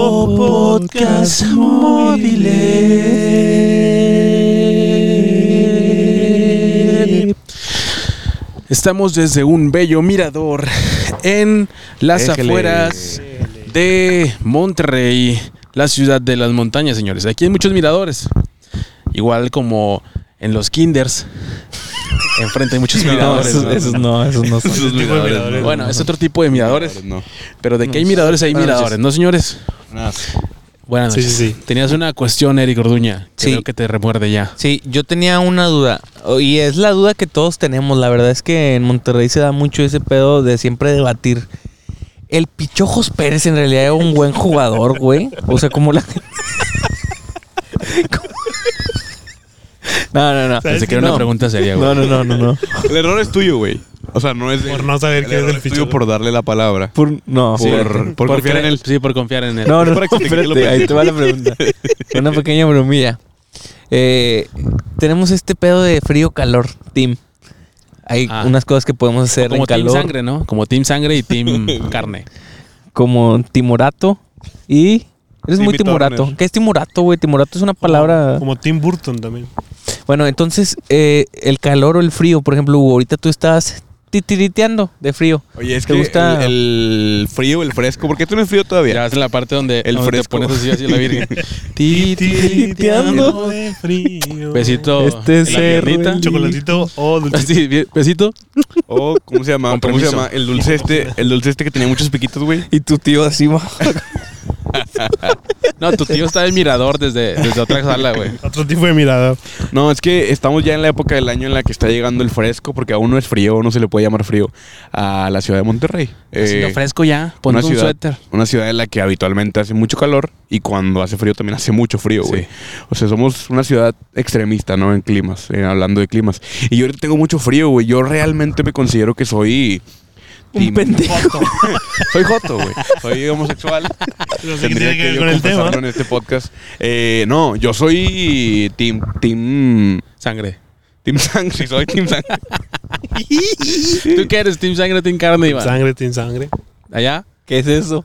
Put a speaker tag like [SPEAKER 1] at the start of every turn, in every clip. [SPEAKER 1] Oh, podcast móviles. Estamos desde un bello mirador en las
[SPEAKER 2] Éjele.
[SPEAKER 1] afueras de Monterrey, la ciudad de las montañas, señores. Aquí hay muchos miradores, igual como en los kinders. Enfrente hay muchos miradores.
[SPEAKER 3] esos,
[SPEAKER 1] ¿no?
[SPEAKER 3] esos no, esos no son.
[SPEAKER 2] Esos miradores, no.
[SPEAKER 1] Bueno, es otro tipo de miradores,
[SPEAKER 2] No.
[SPEAKER 1] pero de que hay miradores hay miradores, ¿no, señores? Buenas
[SPEAKER 3] Sí,
[SPEAKER 1] noches.
[SPEAKER 3] sí, sí.
[SPEAKER 1] Tenías una cuestión, Eric Orduña. que
[SPEAKER 3] Sí.
[SPEAKER 1] Creo que te remuerde ya.
[SPEAKER 3] Sí, yo tenía una duda. o- Y es la duda que todos tenemos. La verdad es que en Monterrey se da mucho ese pedo de siempre debatir. El Pichojos Pérez en realidad era un buen jugador, güey. O sea, como la. ¿Cómo? No, no, no.
[SPEAKER 1] Pensé que era
[SPEAKER 3] No.
[SPEAKER 1] una pregunta seria, güey.
[SPEAKER 3] No, no, no, no, no.
[SPEAKER 2] El error es tuyo, güey. O sea, no es de-
[SPEAKER 4] Por no saber
[SPEAKER 2] el
[SPEAKER 4] qué es
[SPEAKER 2] error
[SPEAKER 4] el
[SPEAKER 2] tuyo
[SPEAKER 4] pichón.
[SPEAKER 2] por darle la palabra.
[SPEAKER 3] Por, no.
[SPEAKER 1] Sí,
[SPEAKER 2] por- por confiar en
[SPEAKER 1] cre-
[SPEAKER 2] él.
[SPEAKER 1] Sí, por confiar en él.
[SPEAKER 3] No, no,
[SPEAKER 2] Para que te quede lo
[SPEAKER 3] espérate, ahí te va la pregunta. Una pequeña bromilla. Eh, tenemos este pedo de frío-calor, team. Hay
[SPEAKER 1] Ah.
[SPEAKER 3] unas cosas que podemos hacer
[SPEAKER 1] Como
[SPEAKER 3] en
[SPEAKER 1] Team
[SPEAKER 3] calor,
[SPEAKER 1] Sangre, ¿no? Como Team Sangre y Team Carne.
[SPEAKER 3] como timorato y... Eres
[SPEAKER 2] Timmy
[SPEAKER 3] muy timorato.
[SPEAKER 2] Turner.
[SPEAKER 3] ¿Qué es timorato, güey? Timorato es una palabra...
[SPEAKER 4] Como Tim Burton también.
[SPEAKER 3] Bueno, entonces, eh, el calor o el frío, por ejemplo, Hugo, ahorita tú estás titiriteando de frío.
[SPEAKER 2] Oye, es
[SPEAKER 3] ¿Te
[SPEAKER 2] que
[SPEAKER 3] gusta?
[SPEAKER 2] El, el frío, el fresco. ¿Por qué tú no es frío
[SPEAKER 1] Ya
[SPEAKER 2] todavía?
[SPEAKER 1] es la parte donde,
[SPEAKER 2] El
[SPEAKER 1] donde te
[SPEAKER 2] fresco.
[SPEAKER 1] pones así, así la virgen. Ti, ti, ti.
[SPEAKER 3] Titiriteando.
[SPEAKER 4] de frío.
[SPEAKER 1] Besito.
[SPEAKER 3] Este
[SPEAKER 1] en la
[SPEAKER 3] cerro,
[SPEAKER 1] piernita.
[SPEAKER 3] el-
[SPEAKER 4] Chocolatito o dulce.
[SPEAKER 1] Así, bien, besito.
[SPEAKER 2] O, ¿cómo se llama?
[SPEAKER 1] Con
[SPEAKER 2] ¿Cómo se
[SPEAKER 1] permiso.
[SPEAKER 2] llama? El dulce este, el dulce este que tenía muchos piquitos, güey.
[SPEAKER 3] Y tu tío así va.
[SPEAKER 1] No, tu tío está en mirador desde, desde otra sala, güey.
[SPEAKER 4] Otro tipo de mirada.
[SPEAKER 2] No, es que estamos ya en la época del año en la que está llegando el fresco, porque aún no es frío, no se le puede llamar frío a la ciudad de Monterrey.
[SPEAKER 1] Haciendo
[SPEAKER 2] Eh,
[SPEAKER 1] fresco ya. Ponte un
[SPEAKER 2] ciudad,
[SPEAKER 1] suéter.
[SPEAKER 2] Una ciudad en la que habitualmente hace mucho calor y cuando hace frío también hace mucho frío, güey.
[SPEAKER 1] Sí.
[SPEAKER 2] O sea, somos una ciudad extremista, ¿no? En climas, eh, hablando de climas. Y yo ahorita tengo mucho frío, güey. Yo realmente me considero que soy...
[SPEAKER 3] Un
[SPEAKER 2] tim-
[SPEAKER 3] pendejo.
[SPEAKER 2] Soy joto, güey. Soy homosexual.
[SPEAKER 4] No sé qué
[SPEAKER 2] Tendría
[SPEAKER 4] tiene que ver
[SPEAKER 2] yo
[SPEAKER 4] con el tema.
[SPEAKER 2] confesarlo en este podcast. Eh, no, yo soy team... Team...
[SPEAKER 1] Sangre.
[SPEAKER 2] Team Sang, sí, soy Team Sang.
[SPEAKER 1] ¿Tú qué eres? ¿Team Sangre o Team Carne, Iván?
[SPEAKER 4] Sangre, tiene sangre.
[SPEAKER 1] ¿Allá? Ah.
[SPEAKER 3] ¿Qué es eso?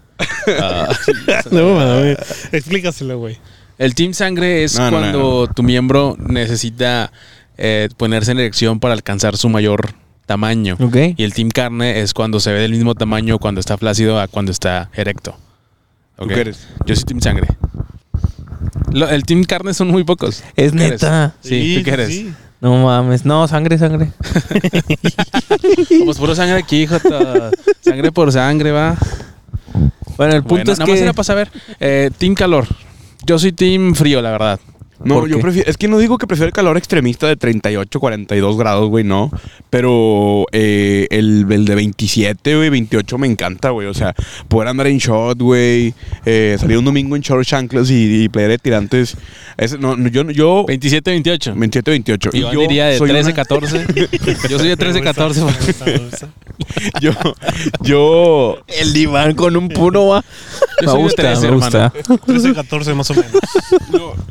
[SPEAKER 4] No, mames. Explícaselo, güey.
[SPEAKER 1] El Team Sangre es
[SPEAKER 2] No, no,
[SPEAKER 1] cuando
[SPEAKER 2] no,
[SPEAKER 1] tu miembro necesita eh, ponerse en erección para alcanzar su mayor tamaño.
[SPEAKER 3] Ok.
[SPEAKER 1] Y el Team Carne es cuando se ve del mismo tamaño cuando está flácido a cuando está erecto.
[SPEAKER 2] ¿Tú
[SPEAKER 1] Ok.
[SPEAKER 2] qué eres?
[SPEAKER 1] Yo soy Team Sangre. Lo- el Team Carne son muy pocos.
[SPEAKER 3] Es
[SPEAKER 1] ¿Tú qué eres?
[SPEAKER 3] neta.
[SPEAKER 1] Sí, ¿tú qué eres?
[SPEAKER 4] sí.
[SPEAKER 3] No mames. No, sangre, sangre.
[SPEAKER 1] Somos puro sangre aquí, hijo. Sangre por sangre, va.
[SPEAKER 3] Bueno, el
[SPEAKER 1] Bueno,
[SPEAKER 3] punto es
[SPEAKER 1] nada
[SPEAKER 3] que...
[SPEAKER 1] más era para saber. Eh, team Calor. Yo soy Team Frío, la verdad.
[SPEAKER 2] No,
[SPEAKER 3] ¿Por
[SPEAKER 2] yo
[SPEAKER 3] qué?
[SPEAKER 2] prefiero. Es que no digo que prefiero el calor extremista de 38, 42 grados, güey, no. Pero eh, el, el de 27, güey, 28 me encanta, güey. O sea, poder andar en short, güey. eh, salir un domingo en short chanclas y, y playera de tirantes. Es, no, no, yo. yo
[SPEAKER 1] 27, 28.
[SPEAKER 2] 27, 28.
[SPEAKER 1] Iván diría de
[SPEAKER 2] soy
[SPEAKER 1] 13,
[SPEAKER 2] una-
[SPEAKER 1] 14. Yo soy de 13, 14.
[SPEAKER 4] Me gusta, me gusta.
[SPEAKER 2] Yo. yo
[SPEAKER 3] El diván con un puro va.
[SPEAKER 1] Yo soy de 13, hermano.
[SPEAKER 4] 13, 14 más o menos.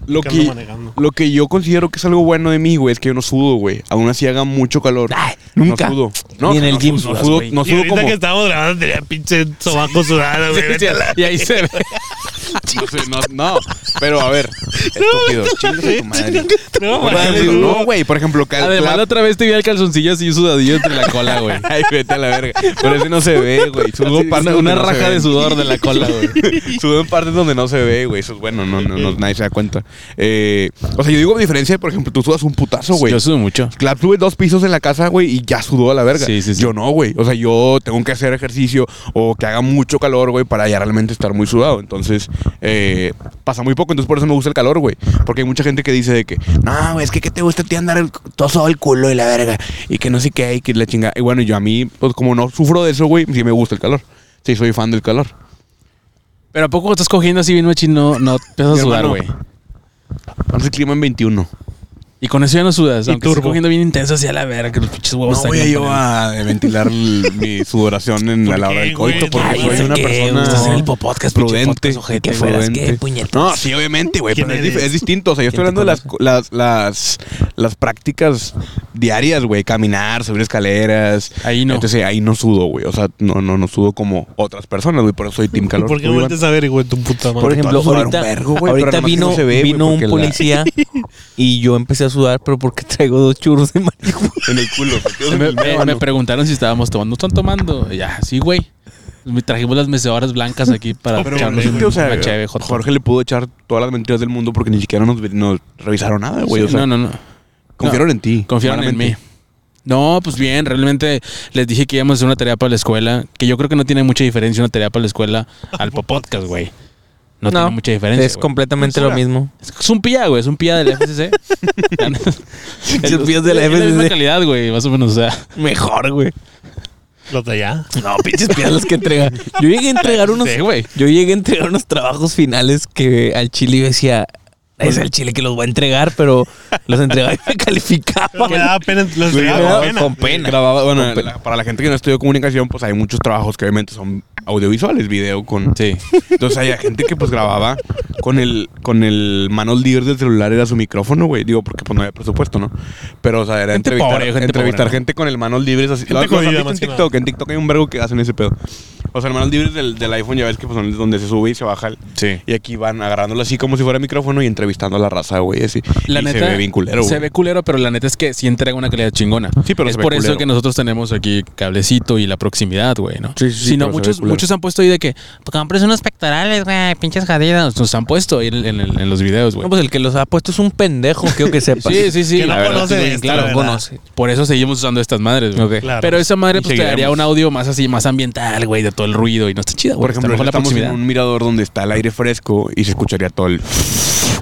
[SPEAKER 2] lo
[SPEAKER 4] que ando
[SPEAKER 2] que.
[SPEAKER 4] manejando.
[SPEAKER 2] Lo que yo considero que es algo bueno de mí, güey, es que yo no sudo, güey. Aún así haga mucho calor.
[SPEAKER 3] nunca.
[SPEAKER 2] No sudo. No,
[SPEAKER 3] Ni en el
[SPEAKER 2] no
[SPEAKER 3] gym
[SPEAKER 2] sudo, No
[SPEAKER 3] sudas,
[SPEAKER 2] sudo,
[SPEAKER 3] güey.
[SPEAKER 2] no
[SPEAKER 4] Y
[SPEAKER 2] sudo
[SPEAKER 4] ahorita
[SPEAKER 2] como.
[SPEAKER 4] que estábamos grabando tenía pinche sobaco sudado, güey.
[SPEAKER 1] Sí, sí,
[SPEAKER 4] Vete a la-
[SPEAKER 1] Y ahí se ve.
[SPEAKER 2] No, sé, no, no, pero a ver, estúpido, chingas a tu madre.
[SPEAKER 4] No,
[SPEAKER 2] Por
[SPEAKER 4] mames,
[SPEAKER 2] ejemplo,
[SPEAKER 4] no.
[SPEAKER 2] No, güey, por ejemplo, Cal
[SPEAKER 1] Además, la otra vez te vi al calzoncillo así sudadillo entre la cola, güey.
[SPEAKER 2] Ay, vete a la verga. Pero ese no se ve, güey. Sudo en partes
[SPEAKER 1] Una,
[SPEAKER 2] donde
[SPEAKER 1] una
[SPEAKER 2] no se
[SPEAKER 1] raja
[SPEAKER 2] ve.
[SPEAKER 1] de sudor de la cola, güey.
[SPEAKER 2] Sudo en partes donde no se ve, güey. Eso es bueno, no, no, no, nadie se da cuenta. Eh, o sea, yo digo a diferencia, por ejemplo, tú sudas un putazo, güey.
[SPEAKER 1] Yo sudo mucho.
[SPEAKER 2] Clap sube dos pisos en la casa, güey, y ya sudó a la verga.
[SPEAKER 1] Sí, sí, sí.
[SPEAKER 2] Yo no, güey. O sea, yo tengo que hacer ejercicio o que haga mucho calor, güey, para ya realmente estar muy sudado. Entonces, eh, pasa muy poco. Entonces, por eso me gusta el calor, güey. Porque hay mucha gente que dice de que, no, güey, es que ¿qué te gusta a ti andar el- todo sudado el culo y la verga? Y que no sé qué, y que la chingada. Y bueno, yo a mí, pues como no sufro de eso, güey, sí me gusta el calor. Sí, soy fan del calor.
[SPEAKER 1] Pero ¿a poco estás cogiendo así bien machín? No, no empiezas a
[SPEAKER 2] Mi
[SPEAKER 1] sudar,
[SPEAKER 2] hermano.
[SPEAKER 1] güey.
[SPEAKER 2] Entonces, clima en 21.
[SPEAKER 1] Y con eso ya no sudas.
[SPEAKER 4] Y
[SPEAKER 1] aunque esté
[SPEAKER 4] turbo.
[SPEAKER 1] cogiendo bien intenso hacia la verga, que los pinches huevos
[SPEAKER 2] No voy a
[SPEAKER 1] saquen
[SPEAKER 2] yo
[SPEAKER 1] para-
[SPEAKER 2] a ventilar l- mi sudoración en
[SPEAKER 4] ¿Por
[SPEAKER 2] la hora
[SPEAKER 4] qué,
[SPEAKER 2] del coito
[SPEAKER 4] güey?
[SPEAKER 2] porque
[SPEAKER 4] Ay,
[SPEAKER 2] soy
[SPEAKER 4] ¿eso
[SPEAKER 2] una
[SPEAKER 4] qué?
[SPEAKER 1] Estás en el
[SPEAKER 2] persona
[SPEAKER 1] podcast,
[SPEAKER 2] prudente.
[SPEAKER 1] que fueras,
[SPEAKER 2] prudente.
[SPEAKER 1] qué puñetas.
[SPEAKER 2] No, sí, obviamente, güey,
[SPEAKER 4] ¿Quién
[SPEAKER 2] pero es, dif-
[SPEAKER 4] eres?
[SPEAKER 2] es distinto. O sea, yo estoy
[SPEAKER 1] ¿Quién te
[SPEAKER 2] hablando de las, co- las, las, las prácticas diarias, güey. Caminar, subir escaleras.
[SPEAKER 1] Ahí no.
[SPEAKER 2] Entonces, ahí no sudo, güey. O sea, no, no, no sudo como otras personas, güey. Por eso soy team calor.
[SPEAKER 4] ¿Por qué
[SPEAKER 2] Tú, Iván.
[SPEAKER 4] vuelves a ver, güey, tu puta
[SPEAKER 2] Por
[SPEAKER 3] Por
[SPEAKER 4] madre?
[SPEAKER 2] Porque
[SPEAKER 3] ejemplo,
[SPEAKER 2] tú vas a
[SPEAKER 3] ahorita,
[SPEAKER 2] sudar un vergo, güey, pero
[SPEAKER 3] ahorita
[SPEAKER 2] nada más que
[SPEAKER 3] vino,
[SPEAKER 2] no se ve, güey,
[SPEAKER 3] vino un
[SPEAKER 2] porque la-
[SPEAKER 3] policía y yo empecé a sudar, pero porque traigo dos churros de marihuana.
[SPEAKER 2] En el culo. metidos en
[SPEAKER 1] Me,
[SPEAKER 2] el
[SPEAKER 1] me-
[SPEAKER 2] dedo,
[SPEAKER 1] me
[SPEAKER 2] ¿no?
[SPEAKER 1] preguntaron si estábamos tomando. ¿No están tomando? Ya, sí, güey. Me trajimos las mecedoras blancas aquí para
[SPEAKER 4] Pero,
[SPEAKER 1] echarnos
[SPEAKER 4] güey,
[SPEAKER 1] un-
[SPEAKER 2] o sea,
[SPEAKER 1] una cheve, joto.
[SPEAKER 2] Jorge le pudo echar todas las mentiras del mundo porque ni siquiera nos, nos revisaron nada, güey.
[SPEAKER 1] Sí,
[SPEAKER 2] o sea,
[SPEAKER 1] no, no, no.
[SPEAKER 2] confiaron en ti.
[SPEAKER 1] Confiaron en mí.
[SPEAKER 2] claramente.
[SPEAKER 1] No, pues bien, realmente les dije que íbamos a hacer una tarea para la escuela, que yo creo que no tiene mucha diferencia una tarea para la escuela al podcast, güey. No, tiene mucha diferencia.
[SPEAKER 3] Es
[SPEAKER 1] güey. Pues,
[SPEAKER 3] completamente lo mismo.
[SPEAKER 1] Es un pía, güey. Es un pía del FCC.
[SPEAKER 3] Es un pía del
[SPEAKER 1] Es la misma
[SPEAKER 3] FCC.
[SPEAKER 1] calidad, güey. Más o menos, o sea.
[SPEAKER 3] Mejor, güey.
[SPEAKER 4] Los de allá.
[SPEAKER 3] No, pinches piedras que entregan. Yo llegué a entregar unos.
[SPEAKER 1] Sí, güey.
[SPEAKER 3] Yo llegué a entregar unos trabajos finales que al chile yo decía. Es el chile que los voy a entregar, pero los entregaba y me calificaba.
[SPEAKER 4] Me daba pena. Los
[SPEAKER 2] Güey,
[SPEAKER 4] daba
[SPEAKER 2] me daba
[SPEAKER 4] pena.
[SPEAKER 3] con pena.
[SPEAKER 2] Grababa, bueno,
[SPEAKER 3] Con pena.
[SPEAKER 2] la- para la gente que no estudió comunicación, pues hay muchos trabajos que obviamente son audiovisuales, video con.
[SPEAKER 1] Sí.
[SPEAKER 2] Entonces hay gente que pues grababa con el con el manos libres del celular era su micrófono, güey. Digo, porque pues no había presupuesto, ¿no? Pero o sea, era
[SPEAKER 1] Gente
[SPEAKER 2] entrevistar,
[SPEAKER 1] pobre, gente
[SPEAKER 2] entrevistar
[SPEAKER 1] pobre.
[SPEAKER 2] gente con el manos libres así.
[SPEAKER 4] Gente
[SPEAKER 2] Lo- lo- lo has
[SPEAKER 4] jodida,
[SPEAKER 2] visto
[SPEAKER 4] más
[SPEAKER 2] en
[SPEAKER 4] que nada.
[SPEAKER 2] TikTok, en TikTok hay un vergo que hacen ese pedo. O sea, el manos libres del, del iPhone ya ves que pues son donde se sube y se baja el-
[SPEAKER 1] Sí.
[SPEAKER 2] y aquí van agarrándolo así como si fuera micrófono y entrevistando a la raza, güey. Así.
[SPEAKER 1] La
[SPEAKER 2] y
[SPEAKER 1] neta.
[SPEAKER 2] se ve bien culero,
[SPEAKER 1] Se
[SPEAKER 2] güey.
[SPEAKER 1] ve culero, pero la neta es que sí entrega una calidad chingona.
[SPEAKER 2] Sí, pero
[SPEAKER 1] es
[SPEAKER 2] se ve
[SPEAKER 1] por eso
[SPEAKER 2] culero.
[SPEAKER 1] que nosotros tenemos aquí cablecito y la proximidad, güey, ¿no?
[SPEAKER 2] Sí, sí, sí,
[SPEAKER 1] Si no,
[SPEAKER 2] pero se ve
[SPEAKER 1] muchos,
[SPEAKER 2] culero.
[SPEAKER 1] muchos han puesto ahí de que "Pues compres unos pectorales, güey, pinches jadidas. Nos han puesto ahí en, en- en- en los videos, güey.
[SPEAKER 3] No, pues el que los ha puesto es un pendejo, quiero que sepas.
[SPEAKER 1] Sí, sí, sí.
[SPEAKER 4] Que
[SPEAKER 1] la
[SPEAKER 4] no
[SPEAKER 1] verdad,
[SPEAKER 4] conoce
[SPEAKER 1] sí,
[SPEAKER 4] de esto,
[SPEAKER 1] claro,
[SPEAKER 4] la verdad.
[SPEAKER 1] conoce. Por eso seguimos usando estas madres, güey.
[SPEAKER 3] Ok.
[SPEAKER 4] Claro.
[SPEAKER 1] Pero esa madre
[SPEAKER 2] Y
[SPEAKER 1] pues, te daría
[SPEAKER 2] seguiremos.
[SPEAKER 1] un audio más así, más ambiental, güey, de todo el ruido y no está chida, güey.
[SPEAKER 2] Por
[SPEAKER 1] Está
[SPEAKER 2] ejemplo,
[SPEAKER 1] mejor la
[SPEAKER 2] estamos en
[SPEAKER 1] proximidad.
[SPEAKER 2] un mirador donde está el aire fresco y se escucharía todo el...